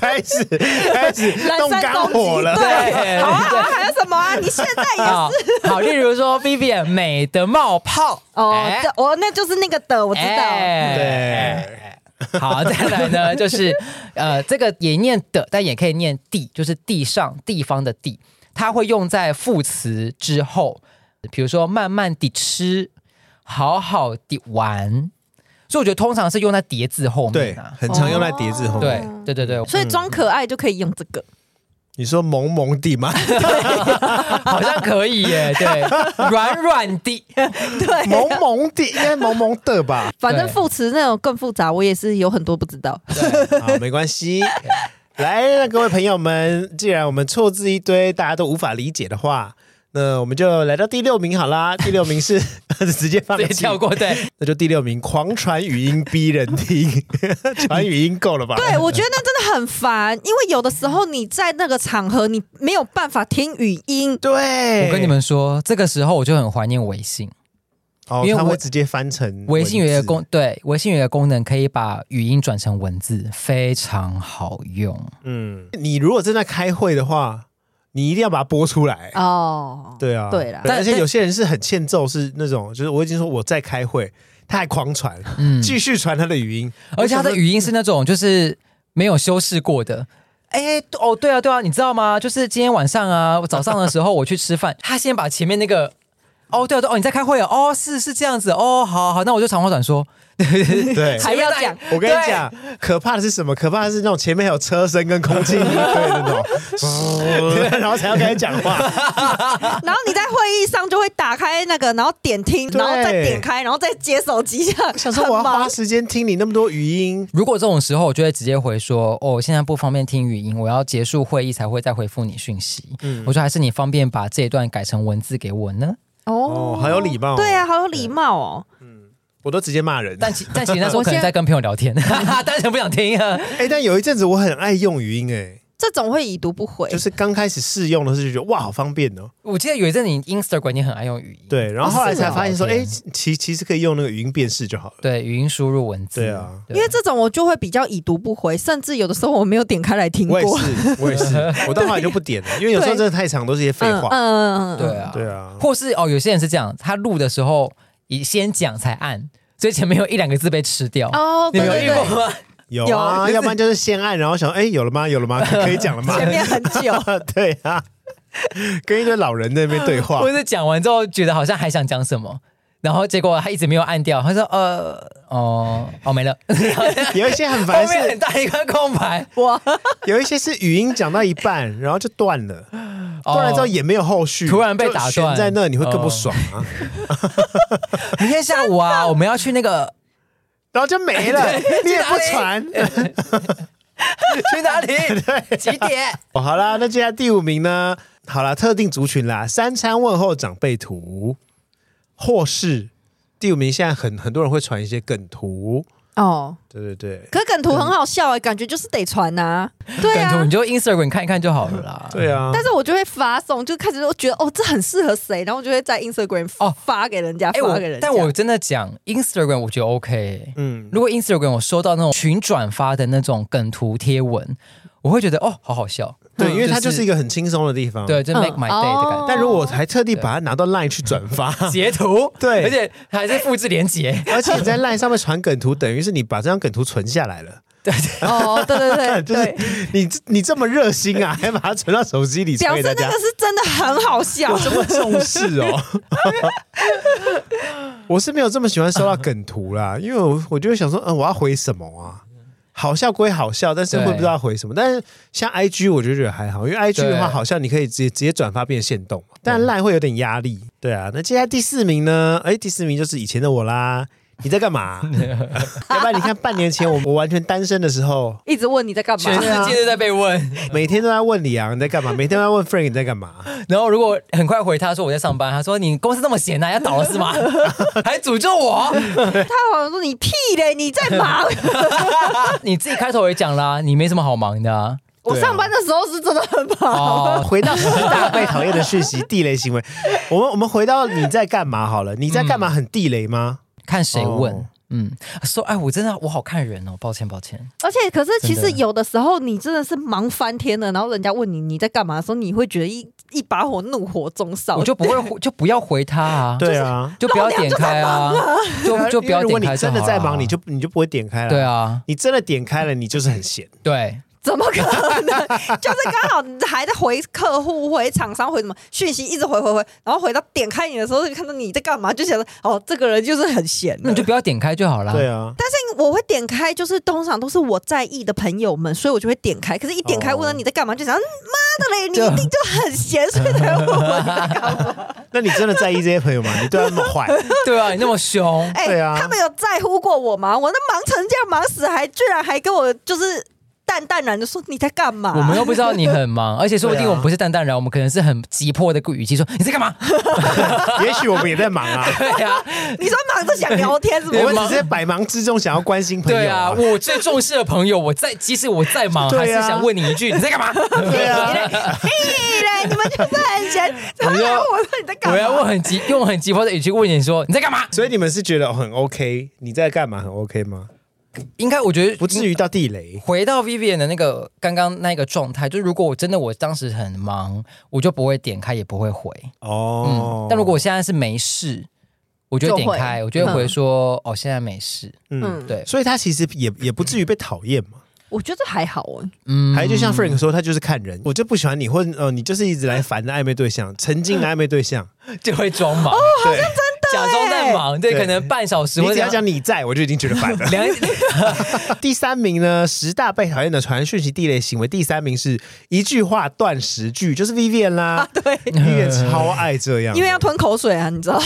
Speaker 1: 开始开始
Speaker 2: 人
Speaker 1: 动
Speaker 2: 身
Speaker 1: 肝
Speaker 2: 攻击
Speaker 1: 火了，
Speaker 2: 对，
Speaker 3: 对
Speaker 2: 好啊，好啊还有什么啊？你现在也
Speaker 3: 好好，例如说 Vivian 美的冒泡
Speaker 2: 哦
Speaker 3: 哎，
Speaker 2: 这哦，那就是那个的，我知
Speaker 1: 哎
Speaker 2: 道。
Speaker 3: 哎 好，再来呢，就是呃，这个也念的，但也可以念地，就是地上地方的地，它会用在副词之后，比如说慢慢地吃，好好地玩，所以我觉得通常是用在叠字后
Speaker 1: 对
Speaker 3: 面
Speaker 1: 对
Speaker 3: 啊，。
Speaker 1: 很常
Speaker 2: 哦
Speaker 1: 用在叠字后面。
Speaker 3: 对对对对，
Speaker 2: 嗯所以装可爱就可以用这个，
Speaker 1: 你说萌萌地 吗？
Speaker 2: 啊
Speaker 3: 好像可以耶，对，软软地，
Speaker 1: 嗯
Speaker 2: 对。
Speaker 1: 萌萌地应该萌萌的吧？
Speaker 2: 反正副词那种更复杂，我也是有很多不知道。
Speaker 3: 对
Speaker 1: 好，没关系。来，那各位朋友们，既然我们错字一堆，大家都无法理解的话，那我们就来到第六名好啦。第六名是 直接放
Speaker 3: 直接
Speaker 1: 弃
Speaker 3: 跳过，对，
Speaker 1: 那就第六名，狂传语音逼人听， 传语音够了吧？
Speaker 2: 对，我觉得那真的很烦，因为有的时候你在那个场合，你没有办法听语音。
Speaker 1: 对，
Speaker 3: 我跟你，们说，这个时候我就很怀念微信。
Speaker 1: 哦，
Speaker 3: 因为
Speaker 1: 他
Speaker 3: 我
Speaker 1: 会直接翻成
Speaker 3: 微信有一
Speaker 1: 嗯
Speaker 3: 个
Speaker 1: 文字
Speaker 3: 功，对，微信有一个功能可以把语音转成文字，非常好用。
Speaker 1: 嗯，你如果正在开会的话，你一定要把它播出来。
Speaker 2: 哦，
Speaker 1: 对啊，
Speaker 2: 对啦
Speaker 1: 而
Speaker 3: 但
Speaker 1: 且有些人是很欠揍，是那种就是我已经说我在开会，他还狂传，
Speaker 3: 嗯，
Speaker 1: 继续传他的语 音，
Speaker 3: 而且它的语音是那种就是没有修饰过的。哎、哦，对啊，对啊，你知道吗？就是今天晚上啊，我早上的时候我去吃饭， 他先把前面那个。哦，对啊，对啊哦，你在开会啊？哦，是是这样子，哦，好好，那我就长话短说。
Speaker 1: 对。
Speaker 2: 还要讲
Speaker 1: 我跟你讲，可怕的是什么？可怕的是那种前面还有车声跟空气音对那种， 嗖然后才要开始讲话。
Speaker 2: 然后你在会议上就会打开那个，然后点听，
Speaker 1: 对
Speaker 2: 然后再点开，然后再接手机，这样
Speaker 1: 想说我要
Speaker 2: 很忙
Speaker 1: 花时间听你那么多语音，
Speaker 3: 如果这种时候，我就会直接回说，哦，我现在不方便听语音，我要结束会议才会再回复你讯息。
Speaker 1: 嗯
Speaker 3: 我说还是你方便把这一段改成文字给我呢？
Speaker 1: 哦好有礼貌哦
Speaker 2: 对啊，好有礼貌哦。
Speaker 1: 我都直接骂人。
Speaker 3: 但 其但其实那时候可能在跟朋友聊天， 单纯不想听啊。
Speaker 1: 哎、但有一阵子我很爱用语音、
Speaker 2: 这种会已读不回
Speaker 1: 哎，就，是刚开始试用的时候就觉得哇，好方便哦。
Speaker 3: 我记得有一阵你 Instagram 你很爱用语音，
Speaker 1: 对，然后后来才发现说，
Speaker 3: 嗯哦
Speaker 1: 哎、
Speaker 3: 是
Speaker 1: 其其实可以用那个语音辨识就好了。
Speaker 3: 对语音输入文字，
Speaker 1: 对啊
Speaker 3: 对，
Speaker 2: 因为这种我就会比较已读不回，甚至有的时候我没有点开来听
Speaker 1: 我
Speaker 2: 过
Speaker 1: 也。是，我也 是，我到后来就不点了，因为有时候真的太长，都是一些废
Speaker 2: 嗯嗯
Speaker 1: 话。
Speaker 2: 嗯嗯，嗯
Speaker 3: 对啊，
Speaker 1: 对啊，
Speaker 3: 或是哦，有些人是这样，他录的时候以先讲才按，所以前面有一两个字被吃掉。
Speaker 2: 哦，
Speaker 3: 你
Speaker 2: 对
Speaker 3: 们
Speaker 2: 对
Speaker 3: 有遇
Speaker 2: 对，
Speaker 3: 过吗？
Speaker 1: 有啊，
Speaker 2: 有
Speaker 1: 要不然就是先按，然后想哎、有了吗？有了 吗？可可以讲了吗？
Speaker 2: 前面很久，
Speaker 1: 对啊，跟一堆老人在那边对话
Speaker 3: 或，者是讲完之后觉得好像还想讲什么，然后结果他一直没有按掉，他说呃哦哦没了，
Speaker 1: 有一些很
Speaker 3: 后
Speaker 1: 烦
Speaker 3: 面很
Speaker 1: 是，
Speaker 3: 大一个空白，
Speaker 2: 我
Speaker 1: 有一些是语音讲到一半，然后就断了，断了之后
Speaker 3: 哦
Speaker 1: 也没有后续，
Speaker 3: 突然被打断哦
Speaker 1: 就悬在那你会更不爽啊，
Speaker 3: 明天下午啊，我们要去那个
Speaker 1: 然后就没 了，你也不传。
Speaker 3: 去哪里？几点？
Speaker 1: 哦，好啦，那接下来第五名呢？好啦，特定族群啦，三餐问候长辈图，或是第五名，现在很很多人会传一些梗图，
Speaker 2: 哦，
Speaker 1: 对对对，
Speaker 2: 可梗图很好笑哎、感觉就是得传呐、对
Speaker 3: 梗图
Speaker 2: 啊
Speaker 3: 你。就 Instagram 看一看就好了啦。
Speaker 1: 对啊，
Speaker 2: 但是我就会发送，就开始我觉得哦，这很适合谁，然后我就会在 Instagram
Speaker 3: 哦
Speaker 2: 发给人家，
Speaker 3: 哎、
Speaker 2: 发给
Speaker 3: 我
Speaker 2: 人家。
Speaker 3: 但我真的讲 Instagram，我觉得 OK。
Speaker 1: 嗯，
Speaker 3: 如果 Instagram 我收到那种群转发的那种梗图贴文，我会觉得哦，好好笑。
Speaker 2: 嗯
Speaker 1: 对，因为它就是一
Speaker 3: 个
Speaker 1: 个很轻松的地方。，
Speaker 3: 对，就 make my day 的感觉。
Speaker 1: 但如果我还特地把它拿到 LINE 去转发，
Speaker 2: 哦
Speaker 3: 截图
Speaker 1: 对
Speaker 3: 而且还是复制连截，
Speaker 1: 而且你在 LINE 上面传梗图，等于是你把这张梗图存下来了。
Speaker 2: 哦，对对 对
Speaker 1: 就是
Speaker 2: 对，
Speaker 1: 你你这么热心啊，还把它存到手机里传
Speaker 2: 表
Speaker 1: 给
Speaker 2: 示
Speaker 1: 大
Speaker 2: 那
Speaker 1: 家
Speaker 2: 个，是真的很好笑
Speaker 1: 我。这么重视 哦。我是没有这么喜欢收到梗图 啦，因为我我就会想说，嗯、我要回什么啊？好笑归好笑，但是会
Speaker 3: 嗯对
Speaker 1: 不知道回什么。但是像 I G 我就觉得还好，因为 I G 的话，
Speaker 3: 对嗯
Speaker 1: 好像你可以直接直接转发变现动嘛。但烂会有点压力，对啊。那接下来第四名呢？哎，第四名就是以前的我啦。你在干 嘛？要不然你看半年前我我完全单身的时候，
Speaker 2: 一直问你在干嘛
Speaker 1: 啊
Speaker 3: 全？世界都在被问。
Speaker 1: 每天都在问李昂你在干嘛，每天都在问 Frank 你在干嘛。
Speaker 3: 然后如果很快回他说我在上班，他说你公司那么闲啊，要倒了 是吗？还诅咒我？
Speaker 2: 他好像说你屁嘞，你在 忙。
Speaker 3: 啊你自己开头也讲啦，你没什么好忙的啊。
Speaker 2: 我上班的时候是真的很 忙。
Speaker 3: 哦，
Speaker 1: 回到十大被讨厌的讯息，地雷行 为。我们我们回到你在干嘛好了？你在干嘛很地雷吗？
Speaker 3: 看谁问。
Speaker 1: 哦
Speaker 3: 嗯，说哎，我真的我好看人哦，抱歉抱歉，
Speaker 2: 而且，可是其实
Speaker 3: 真的
Speaker 2: 有的时候你真的是忙翻天了，然后人家问你你在干嘛的时候，你会觉得一一把火怒火中烧。
Speaker 3: 我就不会回就不要回他啊，，
Speaker 1: 对啊，
Speaker 3: 就不要点开啊，就就不要
Speaker 1: 因为如果
Speaker 3: 点开
Speaker 1: 你
Speaker 3: 就好
Speaker 1: 真
Speaker 3: 啊
Speaker 1: 的在忙，你就你就不会点开了。
Speaker 3: 对，啊，
Speaker 1: 你真的点开了，你就是很闲。
Speaker 3: 对，
Speaker 2: 怎么可能？ 就是刚好你还在回客户、回厂商、回什么讯息，一直回回回，然后回到点开你的时候，就看到你在干嘛，就想着哦，这个人就是很闲
Speaker 3: 那
Speaker 2: 的。
Speaker 3: 你就不要点开就好啦。
Speaker 1: 对啊，
Speaker 2: 我会点开，就是通常都是我在意的朋友们，所以我就会点开。可是，一点开
Speaker 1: 哦
Speaker 2: 问了你在干嘛，就想嗯妈的嘞，你
Speaker 3: 就
Speaker 2: 一定就很闲，所以才会问我你在干嘛。
Speaker 1: 那你真的在意这些朋友吗？你对他那么坏，
Speaker 3: 对啊，你那么凶，
Speaker 2: 哎、
Speaker 1: 对啊
Speaker 2: 他们有在乎过我吗？我那忙成这样，忙死还居然还跟我就是淡淡然的说你在干嘛？
Speaker 3: 我们又不知道你很忙，而且说不 定
Speaker 1: 对啊
Speaker 3: 我们不是淡淡然，我们可能是很急迫的语气说你 在干嘛？
Speaker 1: 也许我们也在忙啊。
Speaker 3: 对啊，
Speaker 2: 你说忙着想聊天是不
Speaker 3: 对
Speaker 1: 我
Speaker 2: 是？
Speaker 1: 们只是在百忙之中想要关心朋
Speaker 3: 对
Speaker 1: 友
Speaker 3: 啊，
Speaker 1: 啊。
Speaker 3: 我最重视的朋友，我在即使我再忙，
Speaker 1: 对啊
Speaker 3: 还是想问你一句你在干嘛？
Speaker 1: 对 啊，
Speaker 2: 屁嘞，你们就是很闲，然后
Speaker 3: 要
Speaker 2: 我说你在干
Speaker 3: 我要问
Speaker 2: 嘛？
Speaker 3: 很急，用很急迫的语气问你说你在干嘛？
Speaker 1: 所以你们是觉得很 OK？你在干嘛很 OK 吗？
Speaker 3: 应该我觉得
Speaker 1: 不至于到地雷。
Speaker 3: 回到 Vivian 的那个刚刚那个状态，就如果我真的我当时很忙，我就不会点开，也不会回。
Speaker 1: 哦
Speaker 3: 嗯，，但如果我现在是没事，我就会点开，
Speaker 2: 就会
Speaker 3: 我就会回说、哦，现在没事。
Speaker 1: 嗯，
Speaker 3: 对，
Speaker 1: 所以他其实也也不至于被讨厌嘛。
Speaker 2: 我觉得还好哎、
Speaker 3: 嗯，
Speaker 1: 还有就像 Frank 说，他就是看人，我就不喜欢你，或者呃，你就是一直来烦的暧昧对 象，曾经的暧昧对象，
Speaker 3: 就会装忙，
Speaker 2: 哦
Speaker 1: 对，
Speaker 3: 假装在忙，对，
Speaker 1: 对
Speaker 3: 可能半小时或
Speaker 1: 你
Speaker 3: 者
Speaker 1: 只要讲你在，我就已经觉得 烦了。
Speaker 3: 两
Speaker 1: 第三名呢，十大被讨厌的传讯息地雷行为，第三名是一句话断十句，就是 Vivian 啦
Speaker 2: 啊对，
Speaker 1: ，Vivian 超爱这样，
Speaker 2: 因为要吞口水啊，你知道？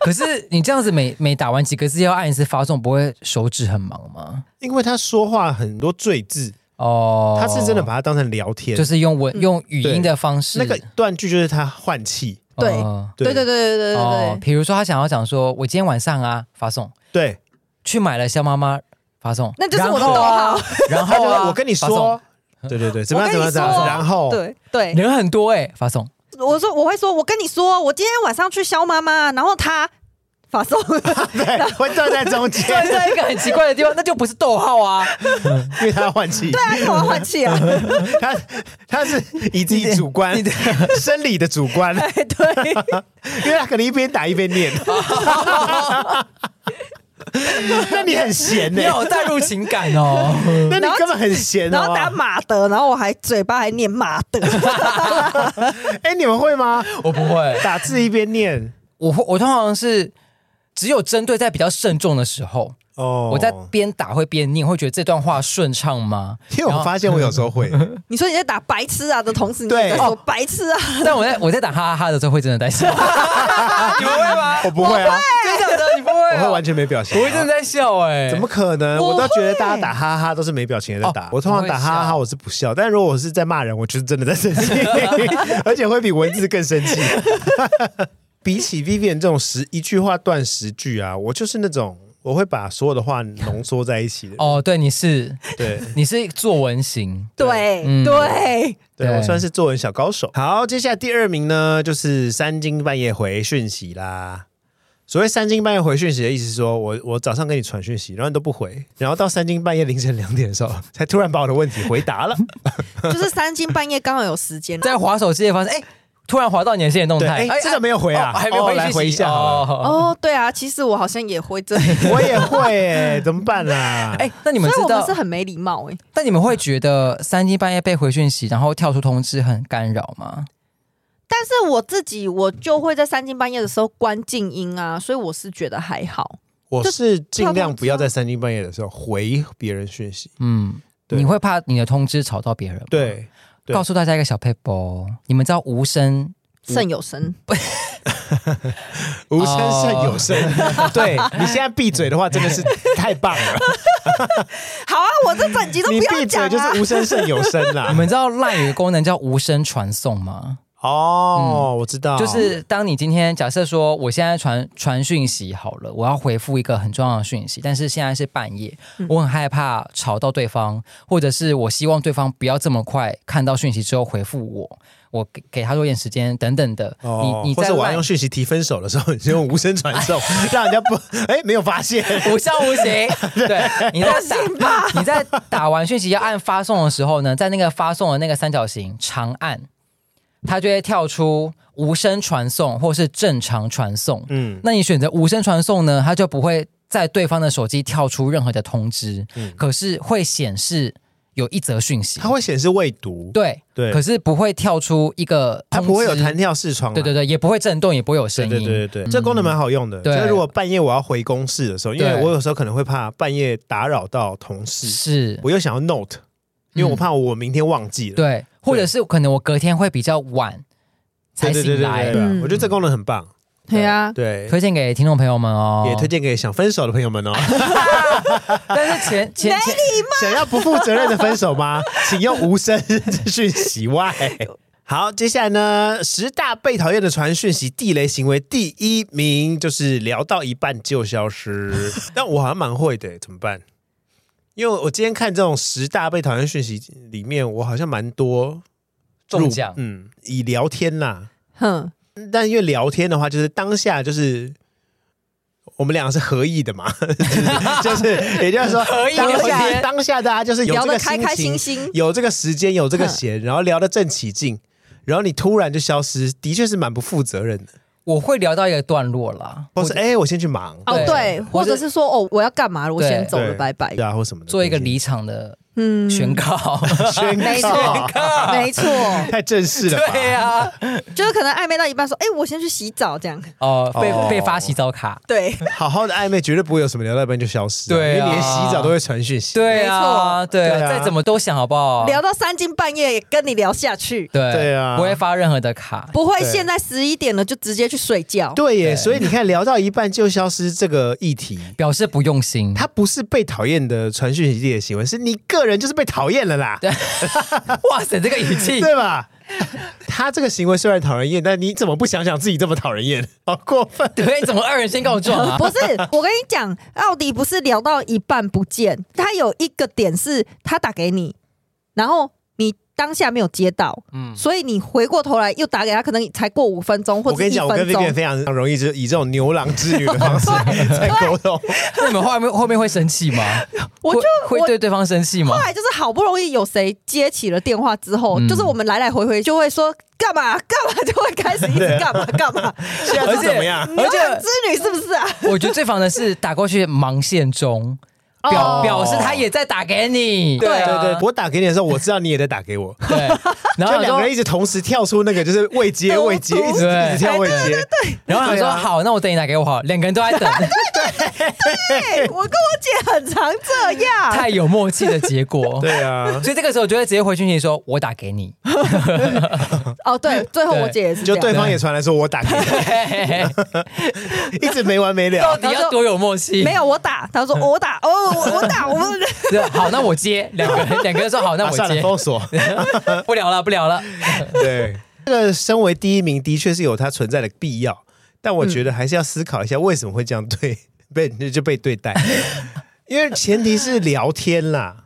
Speaker 3: 可是你这样子每每打完几个字要按一次发送，不会手指很忙吗？
Speaker 1: 因为他说话很多赘字，
Speaker 3: 哦，
Speaker 1: 他是真的把它当成聊天，
Speaker 3: 就是用
Speaker 2: 嗯
Speaker 3: 文用语音的方式，
Speaker 1: 那个断句就是他换气，
Speaker 2: 对
Speaker 3: 哦
Speaker 2: 对对对对对对
Speaker 3: 哦
Speaker 2: 对，
Speaker 3: 比如说他想要讲说，我今天晚上啊发送
Speaker 1: 对，
Speaker 3: 去买了肖妈妈发送，
Speaker 2: 那就是我的
Speaker 3: 然后
Speaker 2: 逗
Speaker 3: 啊，
Speaker 2: 号。
Speaker 3: 然
Speaker 1: 他就
Speaker 3: 后
Speaker 1: 是
Speaker 3: 啊
Speaker 1: 我跟你
Speaker 3: 发送
Speaker 1: 说，对对对，怎么样怎么
Speaker 2: 我跟
Speaker 1: 样
Speaker 2: 你
Speaker 1: 怎么样，
Speaker 2: 说
Speaker 1: 然后
Speaker 2: 对对，
Speaker 3: 人很多哎，发送，
Speaker 2: 我说我会说，我跟你说，我今天晚上去肖妈妈，然后她发送，
Speaker 1: 对，会断在中间，
Speaker 3: 对， 在一个很奇怪的地方，那就不是逗 号啊，
Speaker 1: 因为他要换气，
Speaker 2: 对啊，干嘛换气啊？
Speaker 1: 他他是以自己主观、 生理的主 观，
Speaker 2: 哎，对，
Speaker 1: 因为他可能一边打一边念。 那你很闲呢
Speaker 3: 你、有带入情感 哦。
Speaker 1: 那你根本很闲
Speaker 2: 然后
Speaker 1: 哦。
Speaker 2: 打马德，然后我还嘴巴还念马德，
Speaker 1: 哎、你们会吗？
Speaker 3: 我不会，
Speaker 1: 打字一边念
Speaker 3: 我会我通常是只有针对在比较慎重的时候，
Speaker 1: 哦。
Speaker 3: 我在边打会边念，会觉得这段话顺畅吗？
Speaker 1: 因为我发现我有时候会，
Speaker 2: 你说你在打白痴啊的同时，你
Speaker 1: 对
Speaker 2: 也在说白痴啊，
Speaker 3: 但我在我在打哈哈哈的时候会真的 在笑，你们会 吗？
Speaker 1: 我不会啊，
Speaker 3: 真的假的？你不会
Speaker 1: 我
Speaker 3: 啊？
Speaker 1: 会完全没表情、
Speaker 3: 我会真的在笑哎、
Speaker 1: 怎么可能？
Speaker 2: 我
Speaker 1: 我倒觉得
Speaker 2: 会
Speaker 1: 大家打哈哈都是没表情的在打。
Speaker 3: 哦
Speaker 1: 我通常打哈
Speaker 3: 我会
Speaker 1: 哈
Speaker 3: 笑
Speaker 1: 我是不笑，但如果我是在骂人，我就是真的在生 气，而且会比文字更生气。比起 Vivian 这种十一句话断十句啊，我就是那种我会把所有的话浓缩在一起的。
Speaker 3: 哦，对，你是
Speaker 1: 对，
Speaker 3: 你是作文型，
Speaker 2: 对
Speaker 3: 嗯
Speaker 2: 对，
Speaker 1: 对
Speaker 3: 对
Speaker 1: 我算是作文小高手。好，接下来第二名呢，就是三更半夜回讯息啦。所谓三更半夜回讯息的意思是说，我我早上给你传讯息，然后你都不回，然后到三更半夜凌晨两点的时候，才突然把我的问题回答 了。
Speaker 2: 就是三更半夜刚好有时间，啊
Speaker 3: 在滑手机的方式，哎、突然滑到你的现实动
Speaker 1: 对，
Speaker 3: 态，
Speaker 1: 哎，这个没有回啊，
Speaker 3: 哦还没回
Speaker 1: 哦
Speaker 3: 信息、
Speaker 1: 来回一下好了。
Speaker 3: 哦
Speaker 2: 哦，对啊，其实我好像也会 这样，
Speaker 1: 我也会哎，怎么办啦？
Speaker 3: 哎、那你
Speaker 2: 所
Speaker 3: 们
Speaker 2: 以
Speaker 3: 知
Speaker 2: 我们
Speaker 3: 道
Speaker 2: 是？很没礼貌哎。
Speaker 3: 但你们会觉得三更半夜被回讯息，然后跳出通知很干扰吗？
Speaker 2: 但是我自己，我就会在三更半夜的时候关静音啊，所以我是觉得还好。
Speaker 1: 我是尽
Speaker 2: 跳
Speaker 1: 量
Speaker 2: 通知
Speaker 1: 不要
Speaker 2: 啊
Speaker 1: 在三更半夜的时候回别人讯 息。
Speaker 3: 嗯，
Speaker 1: 对
Speaker 3: 你会怕你的通知吵到别人吗？，
Speaker 1: 对，对
Speaker 3: 告诉大家一个小 paper，你们知道无声
Speaker 2: 胜有声，
Speaker 1: 无声胜有声。
Speaker 3: 哦
Speaker 1: 对你现在闭嘴的话，真的是太棒了。
Speaker 2: 好啊，我这整集都不
Speaker 1: 你
Speaker 2: 要
Speaker 1: 闭
Speaker 2: 讲
Speaker 1: 嘴就
Speaker 2: 啊。
Speaker 1: 是无声胜有声啦。
Speaker 3: 你们知道 LINE 有个功能叫无声传送吗？
Speaker 1: 哦，我知道，
Speaker 3: 就是当你今天假设说我现在传传讯息好了，我要回复一个很重要的讯息，但是现在是半夜，
Speaker 1: 嗯
Speaker 3: 我很害怕吵到对方，或者是我希望对方不要这么快看到讯息之后回复我，我给给他多一点时间等等的。
Speaker 1: 哦，
Speaker 3: 你你
Speaker 1: 或
Speaker 3: 在
Speaker 1: 者我要
Speaker 3: LINE-
Speaker 1: 用讯息提分手的时候，你就用无声传 送，让人家不 哎没有发现。
Speaker 3: 无效无 形。对，你在打 你在打完讯息要按发送的时候呢，在那个发送的那个三角形长按，它就会跳出无声传送或是正常传送。
Speaker 1: 嗯，
Speaker 3: 那你选择无声传送呢，它就不会在对方的手机跳出任何的通知，
Speaker 1: 嗯
Speaker 3: 可是会显示有一则讯息
Speaker 1: 它。会显示未读，
Speaker 3: 对
Speaker 1: 对
Speaker 3: 可是不会跳出一个
Speaker 1: 它
Speaker 3: 通知，
Speaker 1: 不会有弹跳视窗啊。
Speaker 3: 对对对，也不会震动，也不会有声
Speaker 1: 对
Speaker 3: 音。嗯
Speaker 1: 对对对对，这功能蛮好用的。
Speaker 3: 对
Speaker 1: 就是如果半夜我要回公事的时候，因为
Speaker 3: 对
Speaker 1: 我有时候可能会怕半夜打扰到同事，
Speaker 3: 是
Speaker 1: 我又想要 note，因为我怕我明天忘记了。
Speaker 3: 嗯对，或者是可能我隔天会比较晚才
Speaker 1: 对对对
Speaker 3: 醒
Speaker 1: 对
Speaker 3: 来
Speaker 1: 对，。对啊
Speaker 2: 嗯
Speaker 1: 我觉得这功能很棒。
Speaker 2: 对啊，
Speaker 1: 对，
Speaker 3: 推荐给听众朋友们哦，
Speaker 1: 也推。荐给想分手的朋友们哦。
Speaker 3: 但是 前前前
Speaker 1: 想要不负责任的分手吗？请用无声讯息外。好，接下来呢，十大被讨厌的传讯息地雷行为第一名就是聊到一半就消失。但我好像蛮会的，怎么办？因为我今天看这种十大被讨厌讯息里面，我好像蛮多入
Speaker 3: 中奖
Speaker 1: 嗯，以聊天啦、
Speaker 2: 哼，
Speaker 1: 但因为聊天的话，就是当下就是我们俩是合意的 嘛，就是也就是说，
Speaker 3: 合意
Speaker 1: 当
Speaker 3: 聊
Speaker 1: 下
Speaker 3: 天
Speaker 1: 当下大家就是有
Speaker 2: 聊
Speaker 1: 这个
Speaker 2: 得开
Speaker 1: 心
Speaker 2: 开
Speaker 1: 情
Speaker 2: 心，心，
Speaker 1: 有这个时间，有这个
Speaker 3: 嗯
Speaker 1: 闲，然后聊得正起劲，然后你突然就消失，的确是蛮不负责任的。
Speaker 3: 我会聊到一个段落啦，
Speaker 1: 或是
Speaker 3: 我
Speaker 1: 哎、我先去忙，
Speaker 2: 哦
Speaker 3: 对
Speaker 2: 对，
Speaker 3: 或
Speaker 2: 或
Speaker 3: 者
Speaker 2: 者是说哦我要干嘛了，我
Speaker 3: 对
Speaker 2: 先走了，
Speaker 1: 对
Speaker 2: 拜拜
Speaker 1: 对。啊，或什么的，
Speaker 3: 做一个
Speaker 1: 离
Speaker 3: 离场的
Speaker 2: 嗯，
Speaker 3: 宣告。
Speaker 1: 宣
Speaker 2: 没错
Speaker 1: 告，，
Speaker 2: 没错，
Speaker 1: 哦太正式了吧？
Speaker 3: 对呀，
Speaker 2: 就是可能暧昧到一半说，哎，我先去洗澡这样。
Speaker 3: 哦，
Speaker 1: 哦
Speaker 3: 被被发洗澡卡，
Speaker 2: 对，
Speaker 1: 好好的暧昧绝对不会有什么聊到一半就消失啊、
Speaker 3: 对啊
Speaker 1: 因为连洗澡都会传讯息，
Speaker 3: 对啊，对
Speaker 1: 对
Speaker 3: 啊，
Speaker 1: 啊
Speaker 3: 再怎么都想好不 好？
Speaker 2: 聊到三更半夜也跟你聊下去，
Speaker 3: 对
Speaker 1: 对啊
Speaker 3: 不会发任何的卡。
Speaker 2: 不会
Speaker 1: 对
Speaker 2: 现在十一点了就直接去睡觉。
Speaker 1: 对耶，
Speaker 3: 对
Speaker 1: 所以你看聊到一半就消失这个议题，
Speaker 3: 表示不 用心，
Speaker 1: 他不是被讨厌的传讯息的行为，是你个人就是被讨厌了啦，
Speaker 3: 对哇塞，这个语气，
Speaker 1: 对吧？ 他这个行为虽然讨人厌，但你怎么不想想自己这么讨人厌？ 好过分！
Speaker 3: 对，怎么二人先告状啊？
Speaker 2: 不是，我跟你讲，奥迪不是聊到一半不见，他有一个点是他打给你，然后你当下没有接到，
Speaker 3: 嗯，
Speaker 2: 所以你回过头来又打给他，可能才过五分钟或
Speaker 1: 我
Speaker 2: 者
Speaker 1: 跟
Speaker 2: 一
Speaker 1: 你讲，我跟
Speaker 2: 分
Speaker 1: Vivian
Speaker 2: 钟。
Speaker 1: 非常容易，就是以这种牛郎织女的方式在沟通。
Speaker 3: 那你们后面后面会生气吗？
Speaker 2: 我就
Speaker 3: 会会对对方生气吗
Speaker 2: 后？来就是好不容易有谁接起了电话之后，
Speaker 3: 嗯
Speaker 2: 就是我们来来回回就会说干嘛干嘛，就会开始一直干嘛干嘛。
Speaker 1: 现在是
Speaker 3: 而
Speaker 1: 啊
Speaker 3: 且
Speaker 1: 怎么样？
Speaker 3: 而
Speaker 2: 牛
Speaker 3: 且
Speaker 2: 郎织女是不是啊？
Speaker 3: 我觉得最烦的是打过去忙线中，表、
Speaker 1: 哦
Speaker 3: 表示他也在打给你。
Speaker 1: 对
Speaker 3: 啊
Speaker 1: 对，我打给你的时候，我知道你也在打给我，
Speaker 3: 对，然
Speaker 1: 就
Speaker 3: 后我
Speaker 1: 两个人一直
Speaker 3: 说，
Speaker 1: 同时跳出那个就是未接
Speaker 2: 都
Speaker 1: 未接，一直
Speaker 3: 对
Speaker 1: 一直跳未接。
Speaker 3: 然后我
Speaker 1: 对
Speaker 3: 说
Speaker 1: 啊
Speaker 3: 好，那我等你打给我好了，两个人 都在等，
Speaker 2: 哎、我跟我姐很常这样。
Speaker 3: 太有默契的结果。
Speaker 1: 啊对啊，
Speaker 3: 所以这个时候我就会直接回讯息说，我打给你。
Speaker 2: 哦，对，最后
Speaker 3: 对
Speaker 2: 我姐也是这
Speaker 1: 就
Speaker 2: 样。
Speaker 1: 对方也传来说我打给你， 一直没完没
Speaker 3: 到
Speaker 1: 了。
Speaker 3: 底要多有默契？
Speaker 2: 没有我打，她说我打，哦，我我打，我们
Speaker 3: 对，好，那我接。两个 人，两个人说 好，那
Speaker 1: 啊、
Speaker 3: 我
Speaker 1: 算了，
Speaker 3: 接。
Speaker 1: 封锁。
Speaker 3: 不聊了，不聊了。
Speaker 1: 对，这个身为第一名的确是有它存在的必要，但我觉得还是要思考一下为什么会这样对被就被对待，因为前提是聊天啦。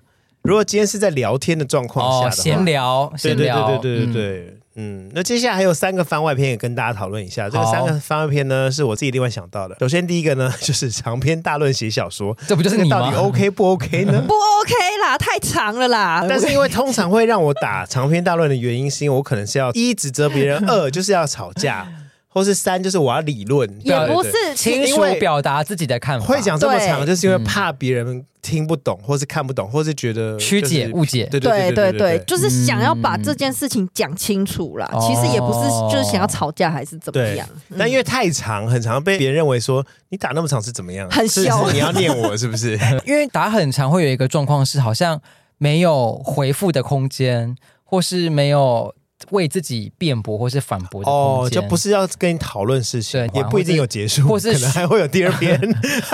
Speaker 1: 如果今天是在聊天的状况下的话，
Speaker 3: 哦，闲聊，
Speaker 1: 对
Speaker 3: 闲
Speaker 1: 对
Speaker 3: 聊，
Speaker 1: 对对对对
Speaker 3: 嗯
Speaker 1: 对，嗯，那接下来还有三个番外篇也跟大家讨论一下。这个
Speaker 3: 好
Speaker 1: 三个番外篇呢，是我自己另外想到的。首先第一个呢，就是长篇大论写小说，
Speaker 3: 嗯这不就是
Speaker 1: 这个
Speaker 3: 你
Speaker 1: 到
Speaker 3: 吗
Speaker 1: 底？OK 不 OK 呢？
Speaker 2: 不 OK 啦，太长了啦。
Speaker 1: 但是因为通常会让我打长篇大论的原因，是因为我可能是要一指责别人，二就是要吵架，或是三就是我要理论，
Speaker 2: 也不
Speaker 1: 对对对
Speaker 2: 是
Speaker 3: 清
Speaker 1: 因
Speaker 3: 楚
Speaker 1: 为
Speaker 3: 表达自己的看法，
Speaker 1: 会讲这么长，
Speaker 2: 对
Speaker 1: 就是因为怕别人听不懂，或是看不懂，或是觉得
Speaker 3: 嗯曲解
Speaker 1: 就是
Speaker 3: 误解
Speaker 1: 对
Speaker 2: 对
Speaker 1: 对
Speaker 2: 对
Speaker 1: 对
Speaker 2: 对，就是想要把
Speaker 3: 嗯
Speaker 2: 这件事情讲清楚啦。
Speaker 3: 哦
Speaker 2: 其实也不是就是想要吵架还是怎么
Speaker 1: 对
Speaker 2: 样，
Speaker 1: 但因为太长，很常被别人认为说你打那么长是怎么样？
Speaker 2: 很
Speaker 1: 是
Speaker 2: 凶
Speaker 1: 是你要念我是不是？
Speaker 3: 因为打很长会有一个状况是，好像没有回复的空间，或是没有为自己辩驳或是反驳的
Speaker 1: 哦
Speaker 3: 空，间，
Speaker 1: 就不是要跟你讨论事情
Speaker 3: 对，
Speaker 1: 也不一定有结束，
Speaker 3: 或是
Speaker 1: 可能还会有第二篇。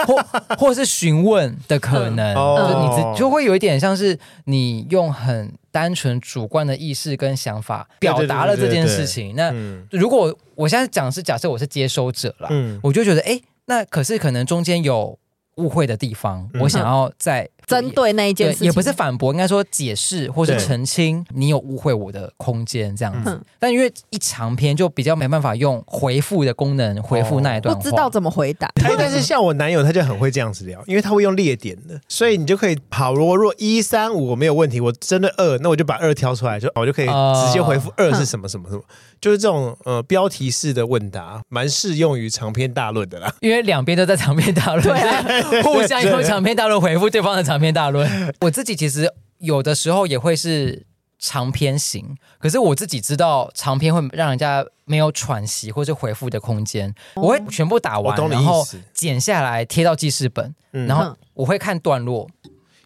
Speaker 3: 或 或是询问的可能，
Speaker 1: 嗯哦
Speaker 3: 就你自就会有一点像是你用很单纯主观的意识跟想法
Speaker 1: 对对
Speaker 3: 表
Speaker 1: 对
Speaker 3: 达了这件
Speaker 1: 对对
Speaker 3: 事情。那
Speaker 1: 嗯
Speaker 3: 如果我现在讲是假设我是接收者啦，
Speaker 1: 嗯，
Speaker 3: 我就觉得哎，诶那可是可能中间有误会的地方，
Speaker 1: 嗯
Speaker 3: 我想要再
Speaker 2: 针对那一件
Speaker 3: 对，
Speaker 2: 事情
Speaker 3: 也不是反驳，应该说解释或是
Speaker 1: 对
Speaker 3: 澄清你有误会我的空间这样子。
Speaker 2: 嗯
Speaker 3: 但因为一长篇就比较没办法用回复的功能回复那一
Speaker 2: 不
Speaker 3: 段话，
Speaker 2: 知道怎么回答。
Speaker 1: 哎，但是像我男友他就很会这样子聊，因为他会用列点的，所以你就可以好。如果若一三五我没有问题，我真的二，那我就把二挑出来，就哦我就可以
Speaker 3: 哦
Speaker 1: 直接回复二是什么什么 什么，就是这种呃标题式的问答，蛮适用于长篇大论的 啦。
Speaker 3: 因为两边都在长篇大论，
Speaker 2: 对啊
Speaker 3: 所以互相用长篇大论回复对方的长篇大论。 我自己其实有的时候也会是长篇型，可是我自己知道长篇会让人家没有喘息或是回复的空间，我会全部打
Speaker 1: 我
Speaker 3: 完，
Speaker 1: 懂你
Speaker 3: 然后
Speaker 1: 意思
Speaker 3: 剪下来贴到记事本，
Speaker 1: 嗯
Speaker 3: 然后我会看段落，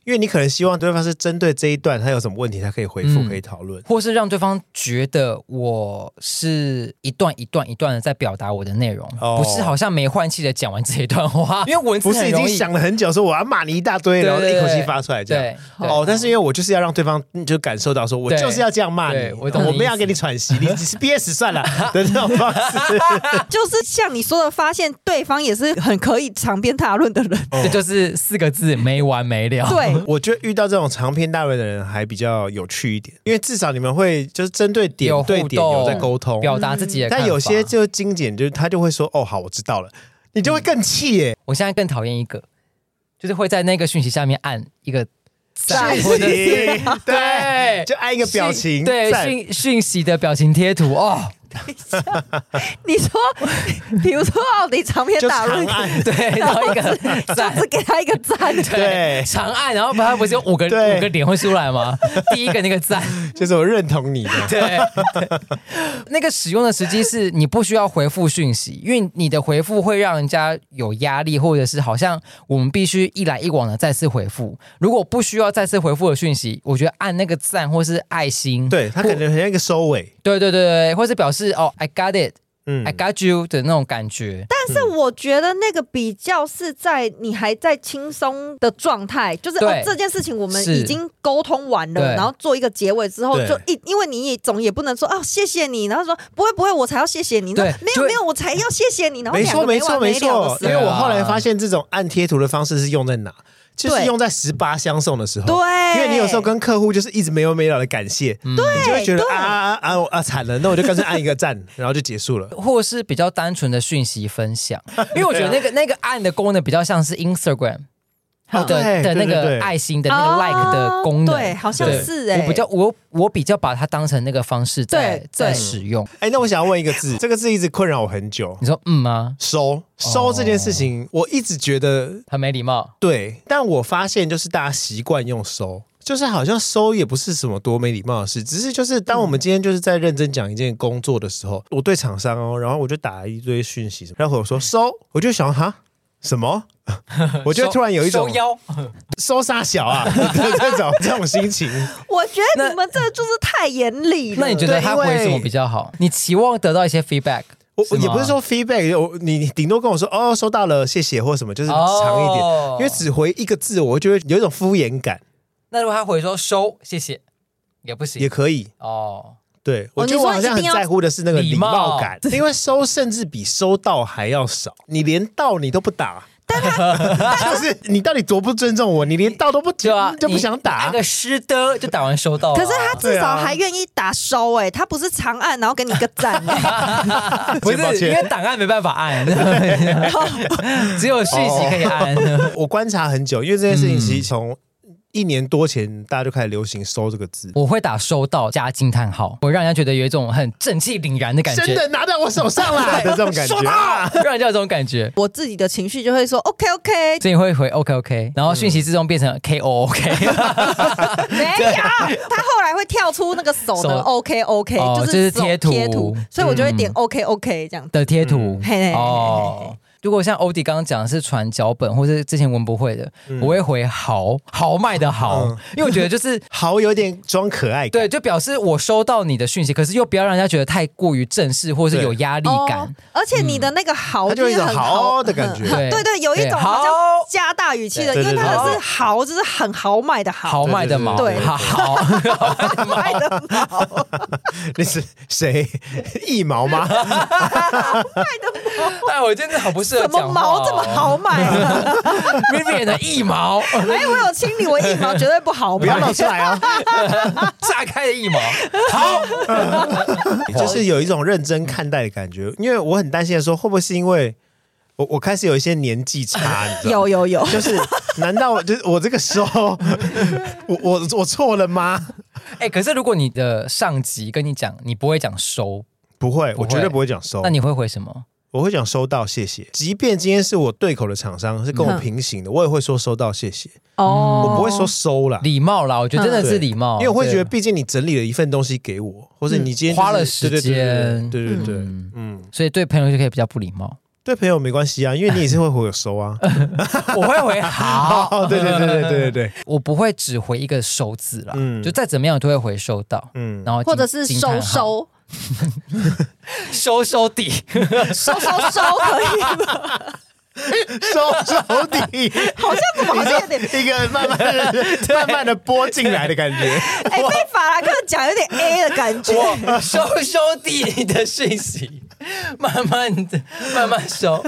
Speaker 1: 因为你可能希望对方是针对这一段他有什么问题，他可以回复，
Speaker 3: 嗯
Speaker 1: 可以讨论。
Speaker 3: 或是让对方觉得我是一段一段一段的在表达我的内容，
Speaker 1: 哦
Speaker 3: 不是好像没换气的讲完这一段话，因为文字
Speaker 1: 不是
Speaker 3: 很
Speaker 1: 已
Speaker 3: 容
Speaker 1: 经
Speaker 3: 易
Speaker 1: 想了很久，说我要骂你一大堆，
Speaker 3: 对
Speaker 1: 然后一口
Speaker 3: 对
Speaker 1: 气
Speaker 3: 对
Speaker 1: 发出来这样。
Speaker 3: 对对
Speaker 1: 哦，但是因为我就是要让对方嗯就感受到，说我
Speaker 3: 对
Speaker 1: 就是要这样骂你，
Speaker 3: 对我懂你
Speaker 1: 没有
Speaker 3: 意
Speaker 1: 要
Speaker 3: 思
Speaker 1: 给你喘息，你 只是憋死算了的这种方式。
Speaker 2: 就是像你说的，发现对方也是很可以长篇大论的人。
Speaker 3: 这就是四个字没完没
Speaker 1: 哦
Speaker 3: 了。
Speaker 2: 对，
Speaker 1: 我觉得遇到这种长篇大论的人还比较有趣一点，因为至少你们会就是针对点
Speaker 3: 有互
Speaker 1: 对点
Speaker 3: 动
Speaker 1: 有在沟通，
Speaker 3: 表达自己的看法。
Speaker 1: 但有些就精简，就是他就会说哦好我知道了，你就会更气耶。
Speaker 3: 我现在更讨厌一个，就是会在那个讯息下面按一个 赞
Speaker 2: 是
Speaker 3: 或者是
Speaker 1: 对，
Speaker 3: 对
Speaker 1: 就按一个表情，
Speaker 3: 讯对
Speaker 1: 赞
Speaker 3: 讯讯息的表情贴图哦，
Speaker 2: 你说，比如说奥迪长 篇
Speaker 1: 就
Speaker 2: 大
Speaker 1: 长啊
Speaker 2: 论，
Speaker 1: 按，
Speaker 3: 对，然后 一个 赞
Speaker 2: 就是。给他一个赞，
Speaker 1: 对
Speaker 3: 长按，然后它不是有五个
Speaker 1: 对
Speaker 3: 五个点会出来吗？第一个那个赞，
Speaker 1: 就是我认同你的。
Speaker 3: 对， 那个使用的时机是你不需要回复讯息，因为你的回复会让人家有压力，或者是好像我们必须一来一往的再次回复。如果不需要再次回复的讯息，我觉得按那个赞或是爱心，
Speaker 1: 对他可能很像一个收尾，
Speaker 3: 对对对对，或是表示哦，I got it，I
Speaker 1: 嗯，
Speaker 3: got you 的那种感觉。
Speaker 2: 但是我觉得那个比较是在你还在轻松的状态，就是
Speaker 3: 对
Speaker 2: 哦这件事情我们
Speaker 3: 是
Speaker 2: 已经沟通完了，
Speaker 3: 对
Speaker 2: 然后做一个结尾之后，
Speaker 1: 对
Speaker 2: 就一因为你也总也不能说啊谢谢你，然后说不会不会我才要谢谢你，那
Speaker 3: 对
Speaker 2: 没有
Speaker 3: 就会
Speaker 2: 没有我才要谢谢你，然后
Speaker 1: 没
Speaker 2: 两
Speaker 1: 错
Speaker 2: 个
Speaker 1: 没
Speaker 2: 没
Speaker 1: 错哎
Speaker 2: 完
Speaker 1: 没
Speaker 2: 了的
Speaker 1: 错，
Speaker 2: 事
Speaker 1: 因
Speaker 3: 对
Speaker 1: 为
Speaker 3: 啊
Speaker 1: 我后来发现这种按贴图的方式是用在哪？就是
Speaker 2: 对
Speaker 1: 用在十八相送的时候，
Speaker 2: 对，
Speaker 1: 因为你有时候跟客户就是一直没完没了的感谢，
Speaker 3: 嗯
Speaker 1: 你就会觉得
Speaker 2: 对
Speaker 1: 啊啊啊啊啊惨了，那我就干脆按一个 赞，然后就结束了。
Speaker 3: 或是比较单纯的讯息分享，因为我觉得那
Speaker 1: 啊
Speaker 3: 个那个按的功能比较像是 Instagram
Speaker 1: 哦
Speaker 3: 的
Speaker 1: 对
Speaker 3: 的
Speaker 1: 对对
Speaker 3: 那个
Speaker 1: 对
Speaker 3: 爱心的那个 like 的功能，
Speaker 2: 哦对，好像
Speaker 3: 对
Speaker 2: 是哎，
Speaker 3: 我比较我我比较把它当成那个方式在
Speaker 2: 对
Speaker 3: 在
Speaker 2: 对
Speaker 3: 使用。
Speaker 1: 哎，那我想要问一个字，这个字一直困扰我很久
Speaker 3: 你，说嗯吗？
Speaker 1: 收收这件事情，我一直觉得
Speaker 3: 很没礼貌。
Speaker 1: 对，但我发现就是大家习惯用收。就是好像收也不是什么多没礼貌的事，只是就是当我
Speaker 3: 嗯
Speaker 1: 们今天就是在认真讲一件工作的时候，我对厂商哦，然后我就打了一堆讯息，然后我说收，我就想哈什么， 我就突然有一种
Speaker 3: 收腰，
Speaker 1: 收啥小啊 这种这种心 情，
Speaker 2: 我觉得你们这就是太严厉了。
Speaker 3: 那你觉得他回什么比较好？你期望得到一些 feedback，
Speaker 1: 我我
Speaker 3: 是吗
Speaker 1: 也不是说 feedback，我你你顶多跟我说哦收到了谢谢或什么，就是长一点，
Speaker 3: 哦
Speaker 1: 因为只回一个字，我就会有一种敷衍感，
Speaker 3: 那如果他回说收，谢谢，也不
Speaker 1: 也
Speaker 3: 行
Speaker 1: 可以。
Speaker 3: 哦。
Speaker 1: 对，我
Speaker 2: 哦
Speaker 1: 觉得
Speaker 2: 你说
Speaker 1: 我好像很
Speaker 2: 一定要
Speaker 1: 在乎的是那个
Speaker 3: 礼
Speaker 1: 礼
Speaker 3: 貌
Speaker 1: 貌感，因为收甚至比收到还要少，你连到你都不打，但他 就是你到底多不尊重我，你连到都不
Speaker 3: 对啊，
Speaker 1: 就不
Speaker 3: 你
Speaker 1: 想
Speaker 3: 你
Speaker 1: 打
Speaker 3: 按，个湿的就打完收到了。
Speaker 2: 可是他至
Speaker 1: 对
Speaker 2: 少
Speaker 1: 啊
Speaker 2: 还愿意打收哎、他不是长按然后给你一个赞、 欸，
Speaker 3: 不是
Speaker 1: 抱歉
Speaker 3: 因为档案没办法 按， 只有讯息可以按。
Speaker 1: 我观察很久，因为这件事情
Speaker 3: 嗯
Speaker 1: 其实从一年多前大家就开始流行收这个字，
Speaker 3: 我会打收到加惊叹号，我让人家觉得有一种很正气凛然的感觉，
Speaker 1: 真的拿到我手上了的这种感觉
Speaker 3: 收。到，让人家有这种感觉。
Speaker 2: 我自己的情绪就会说 OK OK，
Speaker 3: 所以会回 OK OK，然后讯息之中变成 K O OK，
Speaker 2: 没有，啊他后来会跳出那个 手
Speaker 3: 手
Speaker 2: 的 OK OK，、
Speaker 3: 哦
Speaker 2: 就
Speaker 3: 就是
Speaker 2: 是手
Speaker 3: 贴图
Speaker 2: 贴图，所以我就会点
Speaker 3: 嗯
Speaker 2: OK OK 这样子。
Speaker 3: 的贴图
Speaker 2: 嗯嘿嘿嘿
Speaker 3: 哦。如果像欧迪刚刚讲的是传脚本，或是之前文博会的，
Speaker 2: 嗯
Speaker 3: 我会回豪豪迈的豪，
Speaker 1: 嗯
Speaker 3: 因为我觉 得就是
Speaker 1: 好有点装可爱感，
Speaker 3: 对，就表示我收到你的讯息，可是又不要让人家觉得太过于正式或是有压力
Speaker 2: 哦
Speaker 3: 感。，
Speaker 2: 而且你的那个
Speaker 1: 嗯它
Speaker 2: 好
Speaker 1: 就有
Speaker 2: 就
Speaker 1: 一
Speaker 2: 是
Speaker 1: 种
Speaker 2: 很
Speaker 1: 好的感觉
Speaker 2: 很
Speaker 3: 对
Speaker 2: 对对，有一
Speaker 3: 对
Speaker 2: 种好像
Speaker 3: 好
Speaker 2: 加大语气的，
Speaker 1: 对
Speaker 2: 因
Speaker 1: 对
Speaker 2: 为
Speaker 1: 对
Speaker 2: 他的
Speaker 3: 对
Speaker 2: 是豪，就是很豪迈的豪，
Speaker 3: 豪迈的毛，
Speaker 2: 对对对
Speaker 3: 好豪，
Speaker 2: 豪迈的豪，
Speaker 1: 那是谁？ 一毛吗？
Speaker 3: 哎，我真的好不适 合
Speaker 2: 怎么
Speaker 3: 讲话
Speaker 2: 毛
Speaker 3: 哦
Speaker 2: 这么，豪迈啊？
Speaker 3: 明明的一毛，
Speaker 2: 哎，我有清理，我一毛绝对不好
Speaker 1: 不要
Speaker 2: 买
Speaker 1: 闹。出来啊！
Speaker 3: 炸开 的一毛，好，
Speaker 1: 就是有一种认真看待的感觉，因为我很担心的说，会不会是因为我我开始有一些年纪差，你知道
Speaker 2: 有
Speaker 1: 吗？
Speaker 2: 有有，
Speaker 1: 就是难道就是我这个时候，我我我错了吗？
Speaker 3: 哎、可是如果你的上级跟你讲，你不会讲收，
Speaker 1: 不会，
Speaker 3: 不
Speaker 1: 我
Speaker 3: 会
Speaker 1: 绝对不会讲收
Speaker 3: 那，你会回什么？
Speaker 1: 我会讲收到谢谢。即便今天是我对口的厂商是跟我
Speaker 2: 嗯
Speaker 1: 平行的，我也会说收到谢谢，
Speaker 2: 哦，
Speaker 1: 我不会说收啦。
Speaker 3: 礼貌啦，我觉得真的是礼貌，
Speaker 1: 嗯因为我会觉得，
Speaker 3: 对。
Speaker 1: 毕竟你整理了一份东西给我，或者你今天就是
Speaker 3: 花了时间
Speaker 1: 对对对对对对，
Speaker 3: 嗯
Speaker 1: 嗯，
Speaker 3: 所以对朋友就可以比较不礼 貌，
Speaker 1: 对朋友没关系啊，因为你也是会回我收啊。
Speaker 3: 我会回好，
Speaker 1: 哦，对对对对对对对，
Speaker 3: 我不会只回一个收字啦，
Speaker 1: 嗯
Speaker 3: 就再怎么样我都会回收到，
Speaker 1: 嗯，
Speaker 3: 然后
Speaker 2: 或者是
Speaker 3: 惊叹
Speaker 2: 收
Speaker 3: 号
Speaker 2: 收
Speaker 3: 收收底，
Speaker 2: 收收收可以吗？
Speaker 1: 收手底，
Speaker 2: 好像不好像有 点
Speaker 1: 一个慢慢的、慢慢的拨进来的感觉。
Speaker 2: 哎，被法拉克讲有点 A 的感觉。
Speaker 3: 我 收收底你的讯息， 慢慢的慢慢收，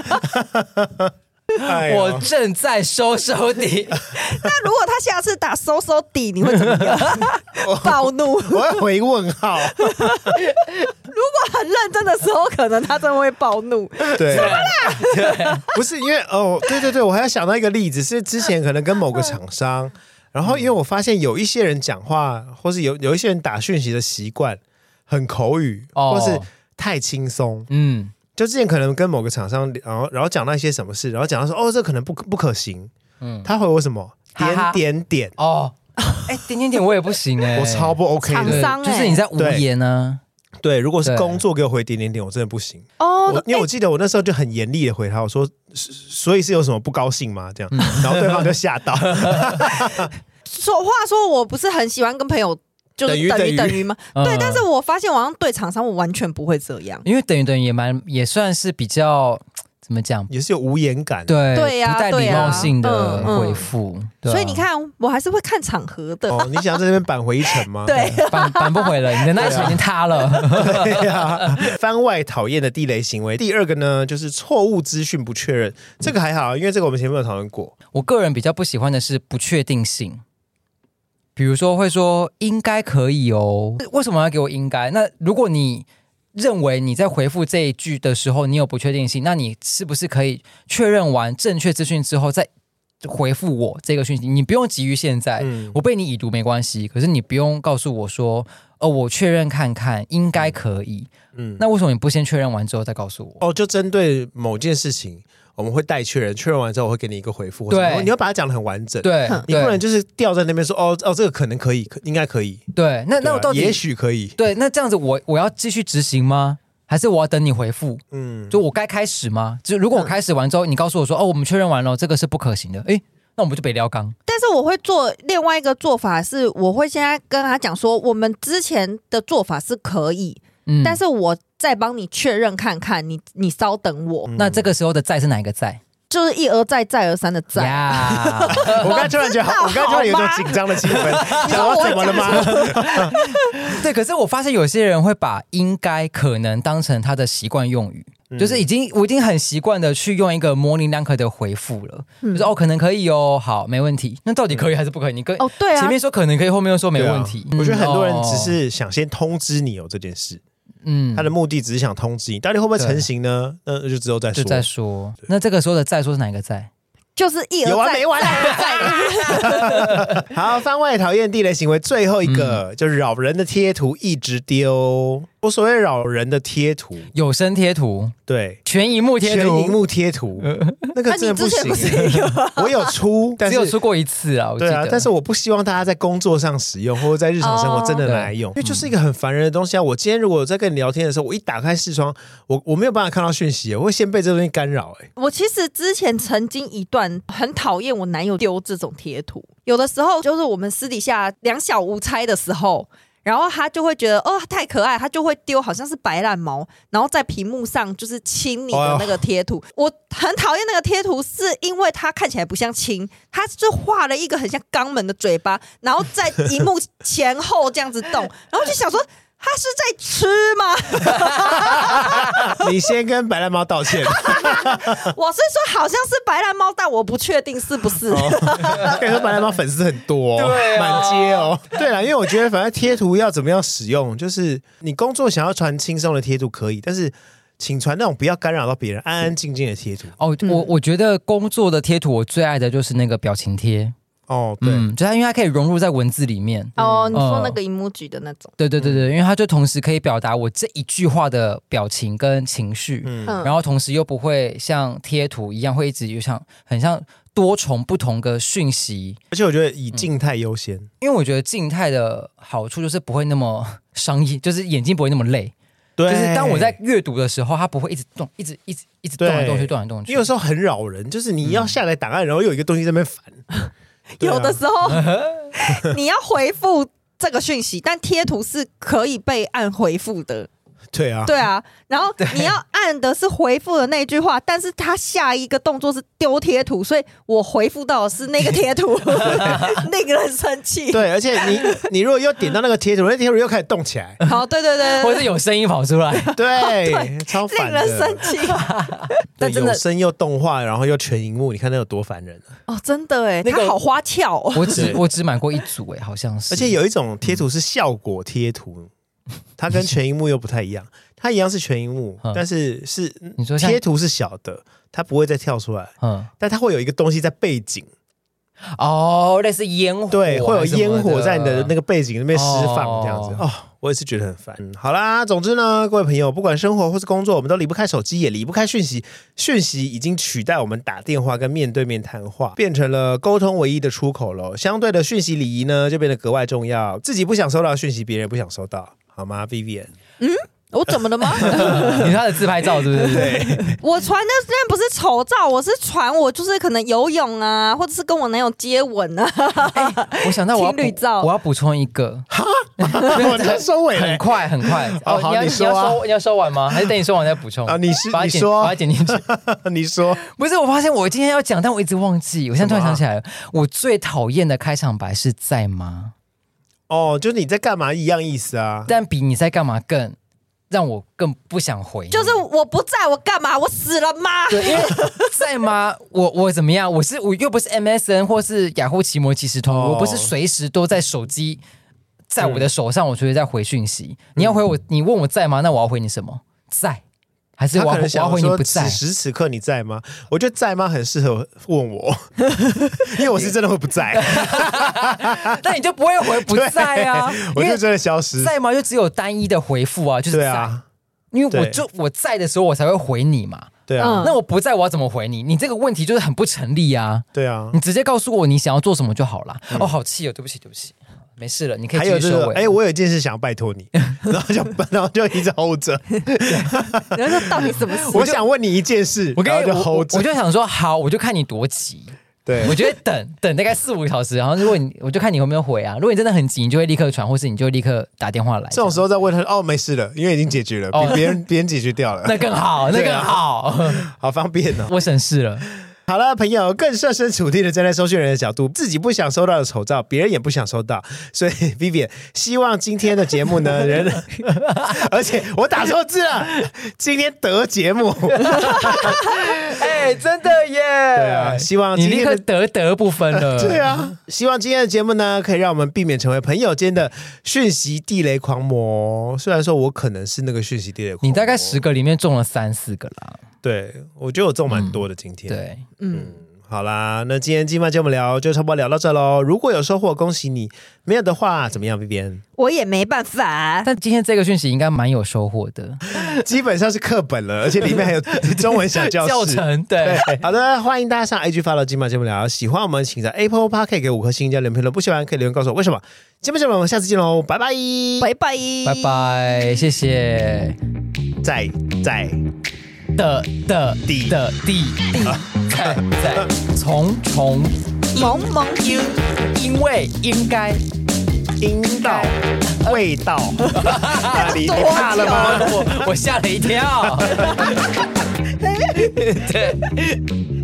Speaker 1: 哎呦
Speaker 3: 我正在收收底，
Speaker 2: 那如果他下次打收收底，你会怎么样？ 暴怒。如
Speaker 1: 我要回问 号，
Speaker 2: 果很认真的时候，可能他真的会暴怒。
Speaker 1: 对，不是因为哦，对对对，我还要想到一个例子，是之前可能跟某个厂商，然后因为我发现有一些人讲话，或是有有一些人打讯息的习惯很口语，
Speaker 3: 哦
Speaker 1: 或是太轻松，
Speaker 3: 嗯，
Speaker 1: 就之前可能跟某个厂商，然后然后讲到一些什么事，然后讲到说哦，这可能不可不可行，
Speaker 3: 嗯
Speaker 1: 嗯，他回我什么
Speaker 3: 哈哈
Speaker 1: 点点点，
Speaker 3: 哦，哎，点点点我也不行哎，
Speaker 1: 我超不 OK
Speaker 2: 厂
Speaker 1: 的
Speaker 2: 商。
Speaker 3: 对就是你在无言啊呢、
Speaker 1: 对，如果是
Speaker 3: 对
Speaker 1: 工作给我回点点点，我真的不行。
Speaker 2: 哦
Speaker 1: 我，因为我记得我那时候就很严厉的回他，我说，所所以是有什么不高兴吗？这样，然后对方就吓到，
Speaker 2: 说话说我不是很喜欢跟朋友。就是
Speaker 1: 等于
Speaker 2: 等于
Speaker 1: 等
Speaker 2: 等
Speaker 1: 于
Speaker 2: 于吗？
Speaker 3: 嗯
Speaker 2: 对，但是我发现我好像对厂商我完全不会这样。
Speaker 3: 因为等于等于也蛮也算是比较怎怎么讲？
Speaker 1: 也是有无言感。，
Speaker 3: 对
Speaker 2: 对呀
Speaker 3: 不带
Speaker 2: 对
Speaker 3: 礼
Speaker 2: 呀
Speaker 3: 貌性的
Speaker 2: 嗯嗯
Speaker 3: 回复。对啊
Speaker 2: 所以你，看，我还是会看场合的。
Speaker 1: 哦，你想要在这边扳回一城吗？
Speaker 2: 对，
Speaker 3: 扳扳不回了，你的那一层已经塌了。
Speaker 1: 对呀，番外讨厌的地雷行为。第二个呢，就是错误资讯不确认，这个还好，因为这个我们前面有讨论过。
Speaker 3: 我个人比较不喜欢的是不确定性，比如说会说应该可以哦，为什么要给我应该？那如果你认为你在回复这一句的时候你有不确定性，那你是不是可以确认完正确资讯之后再回复我这个讯息？你不用急于现在，
Speaker 1: 嗯，
Speaker 3: 我被你已读没关系，可是你不用告诉我说，哦，我确认看看，应该可以。
Speaker 1: 嗯
Speaker 3: 那为什么你不先确认完之后再告诉我？
Speaker 1: 哦，就针对某件事情，我们会待确认，确认完之后我会给你一个回复。或者
Speaker 3: 对
Speaker 1: 你要把它讲的很完整。，
Speaker 3: 对
Speaker 2: 哼，
Speaker 1: 你不能
Speaker 3: 对，
Speaker 1: 就是掉在那边说哦哦，这个可能可以，可应该可以。
Speaker 3: 对。 那那
Speaker 1: 对啊
Speaker 3: 我到底
Speaker 1: 也许可以。
Speaker 3: 对？那这样子我，我要继续执行吗？还是我要等你回复？
Speaker 1: 嗯，
Speaker 3: 就我该开始吗？就如果我开始完之后，你告诉我说，哦，我们确认完了，这个是不可行的，诶，那我们就别聊刚。
Speaker 2: 但是我会做另外一个做法是，我会现在跟他讲说，我们之前的做法是可以，
Speaker 3: 嗯，
Speaker 2: 但是我再帮你确认看看，你你稍等我，
Speaker 1: 嗯
Speaker 3: 那这个时候的在是哪一个在？
Speaker 2: 就是一而再再而三的 再。
Speaker 3: 呀，
Speaker 1: 我刚才突然 觉得好，我刚才突然有种紧张的气氛， 想我怎么了吗？
Speaker 3: 对。可是我发现有些人会把应该、可能当成他的习惯用语。
Speaker 1: 嗯
Speaker 3: 就是已经我已经很习惯的去用一个模棱两可的回复了，
Speaker 2: 嗯
Speaker 3: 就是哦可能可以哦，好没问题。那到底可以还是不可以？你跟、
Speaker 2: 哦，对啊
Speaker 3: 前，面说可能可以，后面又说
Speaker 1: 嗯
Speaker 3: 没
Speaker 1: 对啊
Speaker 3: 问题。嗯
Speaker 1: 我觉得很多人只
Speaker 3: 哦
Speaker 1: 是想先通知你有这件事，
Speaker 3: 嗯啊
Speaker 1: 他的目的只是想通知你，到底会不会成型呢？那就之后再
Speaker 3: 就
Speaker 1: 说。
Speaker 3: 在说，那这个时候的再说是哪一个在？
Speaker 2: 就是一而
Speaker 1: 有完
Speaker 2: 再
Speaker 1: 没完啦！ 好，番外讨厌地雷行为最后一
Speaker 3: 嗯
Speaker 1: 个就是扰人的贴图一直丢。我所谓扰人的贴图，
Speaker 3: 有声贴图、
Speaker 1: 对，
Speaker 3: 全荧幕贴
Speaker 1: 全
Speaker 3: 图，呃
Speaker 1: 荧幕贴图，那个
Speaker 2: 啊
Speaker 1: 真的
Speaker 2: 你之前
Speaker 1: 行
Speaker 2: 不是
Speaker 1: 欸。我有出，但
Speaker 3: 啊 只
Speaker 1: 是
Speaker 3: 有出过一次啊，我记
Speaker 1: 对
Speaker 3: 得。
Speaker 1: 啊，但是我不希望大家在工作上使用，或者在日常生活真的拿来哦用，因为嗯就是一个很烦人的东西啊。我今天如果在跟你聊天的时候，我一打开视窗，我我没有办法看到讯息，我会先被这东西干扰。 哎，
Speaker 2: 我其实之前曾经一段很讨厌我男友丢这种贴图，有的时候就是我们私底下两小无猜的时候，然后他就会觉得哦太可爱，他就会丢好像是白烂毛，然后在屏幕上就是亲你的那个贴图。我很讨厌那个贴图，是因为它看起来不像亲，它就画了一个很像肛门的嘴巴，然后在荧幕前后这样子啊动，然后就想说他是在吃吗？
Speaker 1: 你先跟白蓝猫道 歉，
Speaker 2: 我是说好像是白蓝猫，但我不确定是不是。
Speaker 1: 跟你说白蓝猫粉丝很多、哦，
Speaker 3: 对啊
Speaker 1: 满街哦。对啦，因为我觉得反正贴图要怎么样使用，就是你工作想要传轻松的贴图可以，但是请传那种不要干扰到别人、安安静静的贴图。
Speaker 3: 哦，我我觉得工作的贴图，我最爱的就是那个表情贴，
Speaker 1: 哦，对，
Speaker 3: 嗯，就它因为它可以融入在文字里面，
Speaker 2: 哦，你说
Speaker 3: 嗯
Speaker 2: 那个 emoji 的那种，
Speaker 3: 对对对
Speaker 1: 嗯
Speaker 3: 对，因为它就同时可以表达我这一句话的表情跟情绪，
Speaker 1: 嗯
Speaker 2: 嗯，
Speaker 3: 然后同时又不会像贴图一样会一直就像很像多重不同的讯息。
Speaker 1: 而且我觉得以静态优先。
Speaker 3: 因为我觉得静态的好处就是不会那么 商业，就是眼睛不会那么累。就
Speaker 1: 对，
Speaker 3: 是当我在阅读的时候，它不会一直动，一直一直一直动来动去，
Speaker 1: 对
Speaker 3: 动来动去
Speaker 1: 因为。有时候很扰人，就是你要下载档案，然后又有一个东西在那边烦。对啊
Speaker 2: 有的时候你要回复这个讯息，但贴图是可以被按回复的，
Speaker 1: 对啊，
Speaker 2: 对啊。然后你要按的是回复的那句话，但是他下一个动作是丢贴图，所以我回复到的是那个贴图，那个人生气。
Speaker 1: 对，而且你你如果又点到那个贴图，哎那贴图又开始动起来，
Speaker 2: 好，对对对
Speaker 3: 或
Speaker 2: 对
Speaker 3: 者是有声音跑出来，
Speaker 1: 对，超
Speaker 2: 对，令
Speaker 1: 烦
Speaker 2: 人生
Speaker 1: 的。
Speaker 2: 气
Speaker 1: 对，
Speaker 3: 但真的
Speaker 1: 有声又动画，然后又全荧幕，你看那有多烦人啊！
Speaker 2: 哦，真的哎，
Speaker 3: 那个
Speaker 2: 他好花俏哦。
Speaker 3: 我只
Speaker 1: 对
Speaker 3: 我只买过一组哎、好像是，
Speaker 1: 而且有一种贴图是效果贴图，它跟全荧幕又不太一样，它一样是全荧幕
Speaker 3: 嗯，
Speaker 1: 但是是
Speaker 3: 你说像
Speaker 1: 贴图是小的，它不会再跳出来，
Speaker 3: 嗯
Speaker 1: 但它会有一个东西在背景，
Speaker 3: 哦，类似烟火，
Speaker 1: 对，会有烟火在你的那
Speaker 3: 个
Speaker 1: 个背景那边释放，这样子
Speaker 3: 哦
Speaker 1: 哦。我也是觉得很烦、嗯好啦，总之呢，各位朋友，不管生活或是工作，我们都离不开手机，也离不开讯息。讯息已经取代我们打电话跟面对面谈话，变成了沟通唯一的出口喽。相对的，讯息礼仪呢就变得格外重要。自己不想收到的讯息，别人也不想收到，好吗？Vivian，
Speaker 2: 我怎么了吗？
Speaker 3: 你说他的自拍照是不是？对，
Speaker 2: 我传的虽然不是丑照，我是传我就是可能游泳啊，或者是跟我男友接吻啊，
Speaker 3: 我想到我要
Speaker 2: 情侣
Speaker 3: 补
Speaker 2: 照
Speaker 3: 我要补充一 个，
Speaker 1: 我在收尾
Speaker 3: 很
Speaker 1: 嘞。
Speaker 3: 快很快。
Speaker 1: 哦好
Speaker 3: 你要
Speaker 1: 你说
Speaker 3: 要
Speaker 1: 啊
Speaker 3: 收你要收完吗？还是等你说完再补充
Speaker 1: 啊你是
Speaker 3: 把它
Speaker 1: 你
Speaker 3: 剪
Speaker 1: 说啊
Speaker 3: 把它剪进去。
Speaker 1: 你说
Speaker 3: 不是，我发现我今天要讲，但我一直忘记。我现在突然想起来了，
Speaker 1: 啊
Speaker 3: 我最讨厌的开场白是在吗？
Speaker 1: 哦，就你在干嘛一样意思啊？
Speaker 3: 但比你在干嘛更让我更不想回你。
Speaker 2: 就是我不在我干嘛？我死了吗？
Speaker 3: 对，因为在吗？我我怎么样？我是我又不是 MSN 或是雅虎奇摩即时通，
Speaker 1: 哦嗯
Speaker 3: 我不是随时都在手机在我的手上，我随时在回讯息。你要回我，你问我在吗？那我要回你什么？在。还是
Speaker 1: 他
Speaker 3: 我要
Speaker 1: 可能
Speaker 3: 回我要
Speaker 1: 想
Speaker 3: 回你
Speaker 1: 说，
Speaker 3: 不
Speaker 1: 此
Speaker 3: 在，
Speaker 1: 时此刻你在吗？我觉得在吗很适合问我， 因为我是真的会不在，？
Speaker 3: 那你就不会回 不在啊
Speaker 1: 我
Speaker 3: 因
Speaker 1: 就
Speaker 3: 为
Speaker 1: 真的消失。
Speaker 3: 在吗？就只有单一的回复啊，就是
Speaker 1: 对
Speaker 3: 在，
Speaker 1: 啊，
Speaker 3: 因为我
Speaker 1: 对
Speaker 3: 就我在的时候我才会回你嘛。
Speaker 1: 对啊，
Speaker 2: 嗯
Speaker 3: 那我不在，我要怎么回你？你这个问题就是很不成立啊！
Speaker 1: 对啊。
Speaker 3: 你直接告诉我你想要做什么就好了。哦，好气哦，对不起，对不起，没事了，你可
Speaker 1: 嗯
Speaker 3: 以
Speaker 1: 还
Speaker 3: 继
Speaker 1: 有
Speaker 3: 续
Speaker 1: 这
Speaker 3: 收
Speaker 1: 个，
Speaker 3: 尾。
Speaker 1: 哎，我有一件事想拜 托你，然后就然后就一直 hold 着。
Speaker 2: 然后说到底什么事？
Speaker 1: 我想问你一件事，
Speaker 3: 我跟
Speaker 1: 然
Speaker 3: 你
Speaker 1: 后就
Speaker 3: 我我
Speaker 1: hold
Speaker 3: 我
Speaker 1: 着。
Speaker 3: 就想说，好，我就看你多急。
Speaker 1: 对
Speaker 3: 我，觉得等等大概四五个小时，然后如果你我就看你有没有回啊。如果你真的很急，你就会立刻传，或是你就立刻打电话来。
Speaker 1: 这种时候再问他，哦，没事了，因为已经解决了，
Speaker 3: 哦
Speaker 1: 比别人别人解决掉了，
Speaker 3: 那更好，那
Speaker 1: 对
Speaker 3: 更
Speaker 1: 啊
Speaker 3: 好，
Speaker 1: 好方便哦。
Speaker 3: 我省事 了。
Speaker 1: 好了，朋友，更设身处地的站在收讯人的角度，自己不想收到的丑照，别人也不想收到，所以 Vivian 希望今天的节目 呢，人，而且我打错字了，今天得节目，
Speaker 3: 哎，真的耶！
Speaker 1: 对啊，希望
Speaker 3: 你
Speaker 1: 今
Speaker 3: 立
Speaker 1: 天
Speaker 3: 刻
Speaker 1: 的
Speaker 3: 得得不分了。
Speaker 1: 对啊，希望今天的节目呢，可以让我们避免成为朋友间的讯息地雷狂魔。虽然说我可能是那个讯息地雷狂魔，
Speaker 3: 你大概十个里面中了三四个啦。
Speaker 1: 对，我觉得我中蛮多的。今天、，
Speaker 3: 对。
Speaker 2: 嗯，
Speaker 1: 好啦，那今天今晚节目聊就差不多聊到这喽。如果有收获，恭喜你；没有的话，怎么样，B B？
Speaker 2: 我也没办法。
Speaker 3: 但今天这个讯息应该蛮有收获的，
Speaker 1: 基本上是课本了，而且里面还有 中文小教室。
Speaker 3: 教程对
Speaker 1: 对。，好的，欢迎大家上 IG follow 今晚节目聊。喜欢我们，请在 Apple Park 给五颗星加留言评论。不喜欢可以留言告诉我为什么。节目节目，我们下次见喽，拜拜，
Speaker 2: 拜拜，
Speaker 3: 拜拜，谢谢。
Speaker 1: 再再。
Speaker 3: 的的
Speaker 1: 地
Speaker 3: 的地地在在重重，
Speaker 2: 萌萌
Speaker 3: 因因为应该
Speaker 1: 阴道、味道，啊你你
Speaker 2: 多
Speaker 1: 怕了吗？
Speaker 3: 我我吓了一跳。对。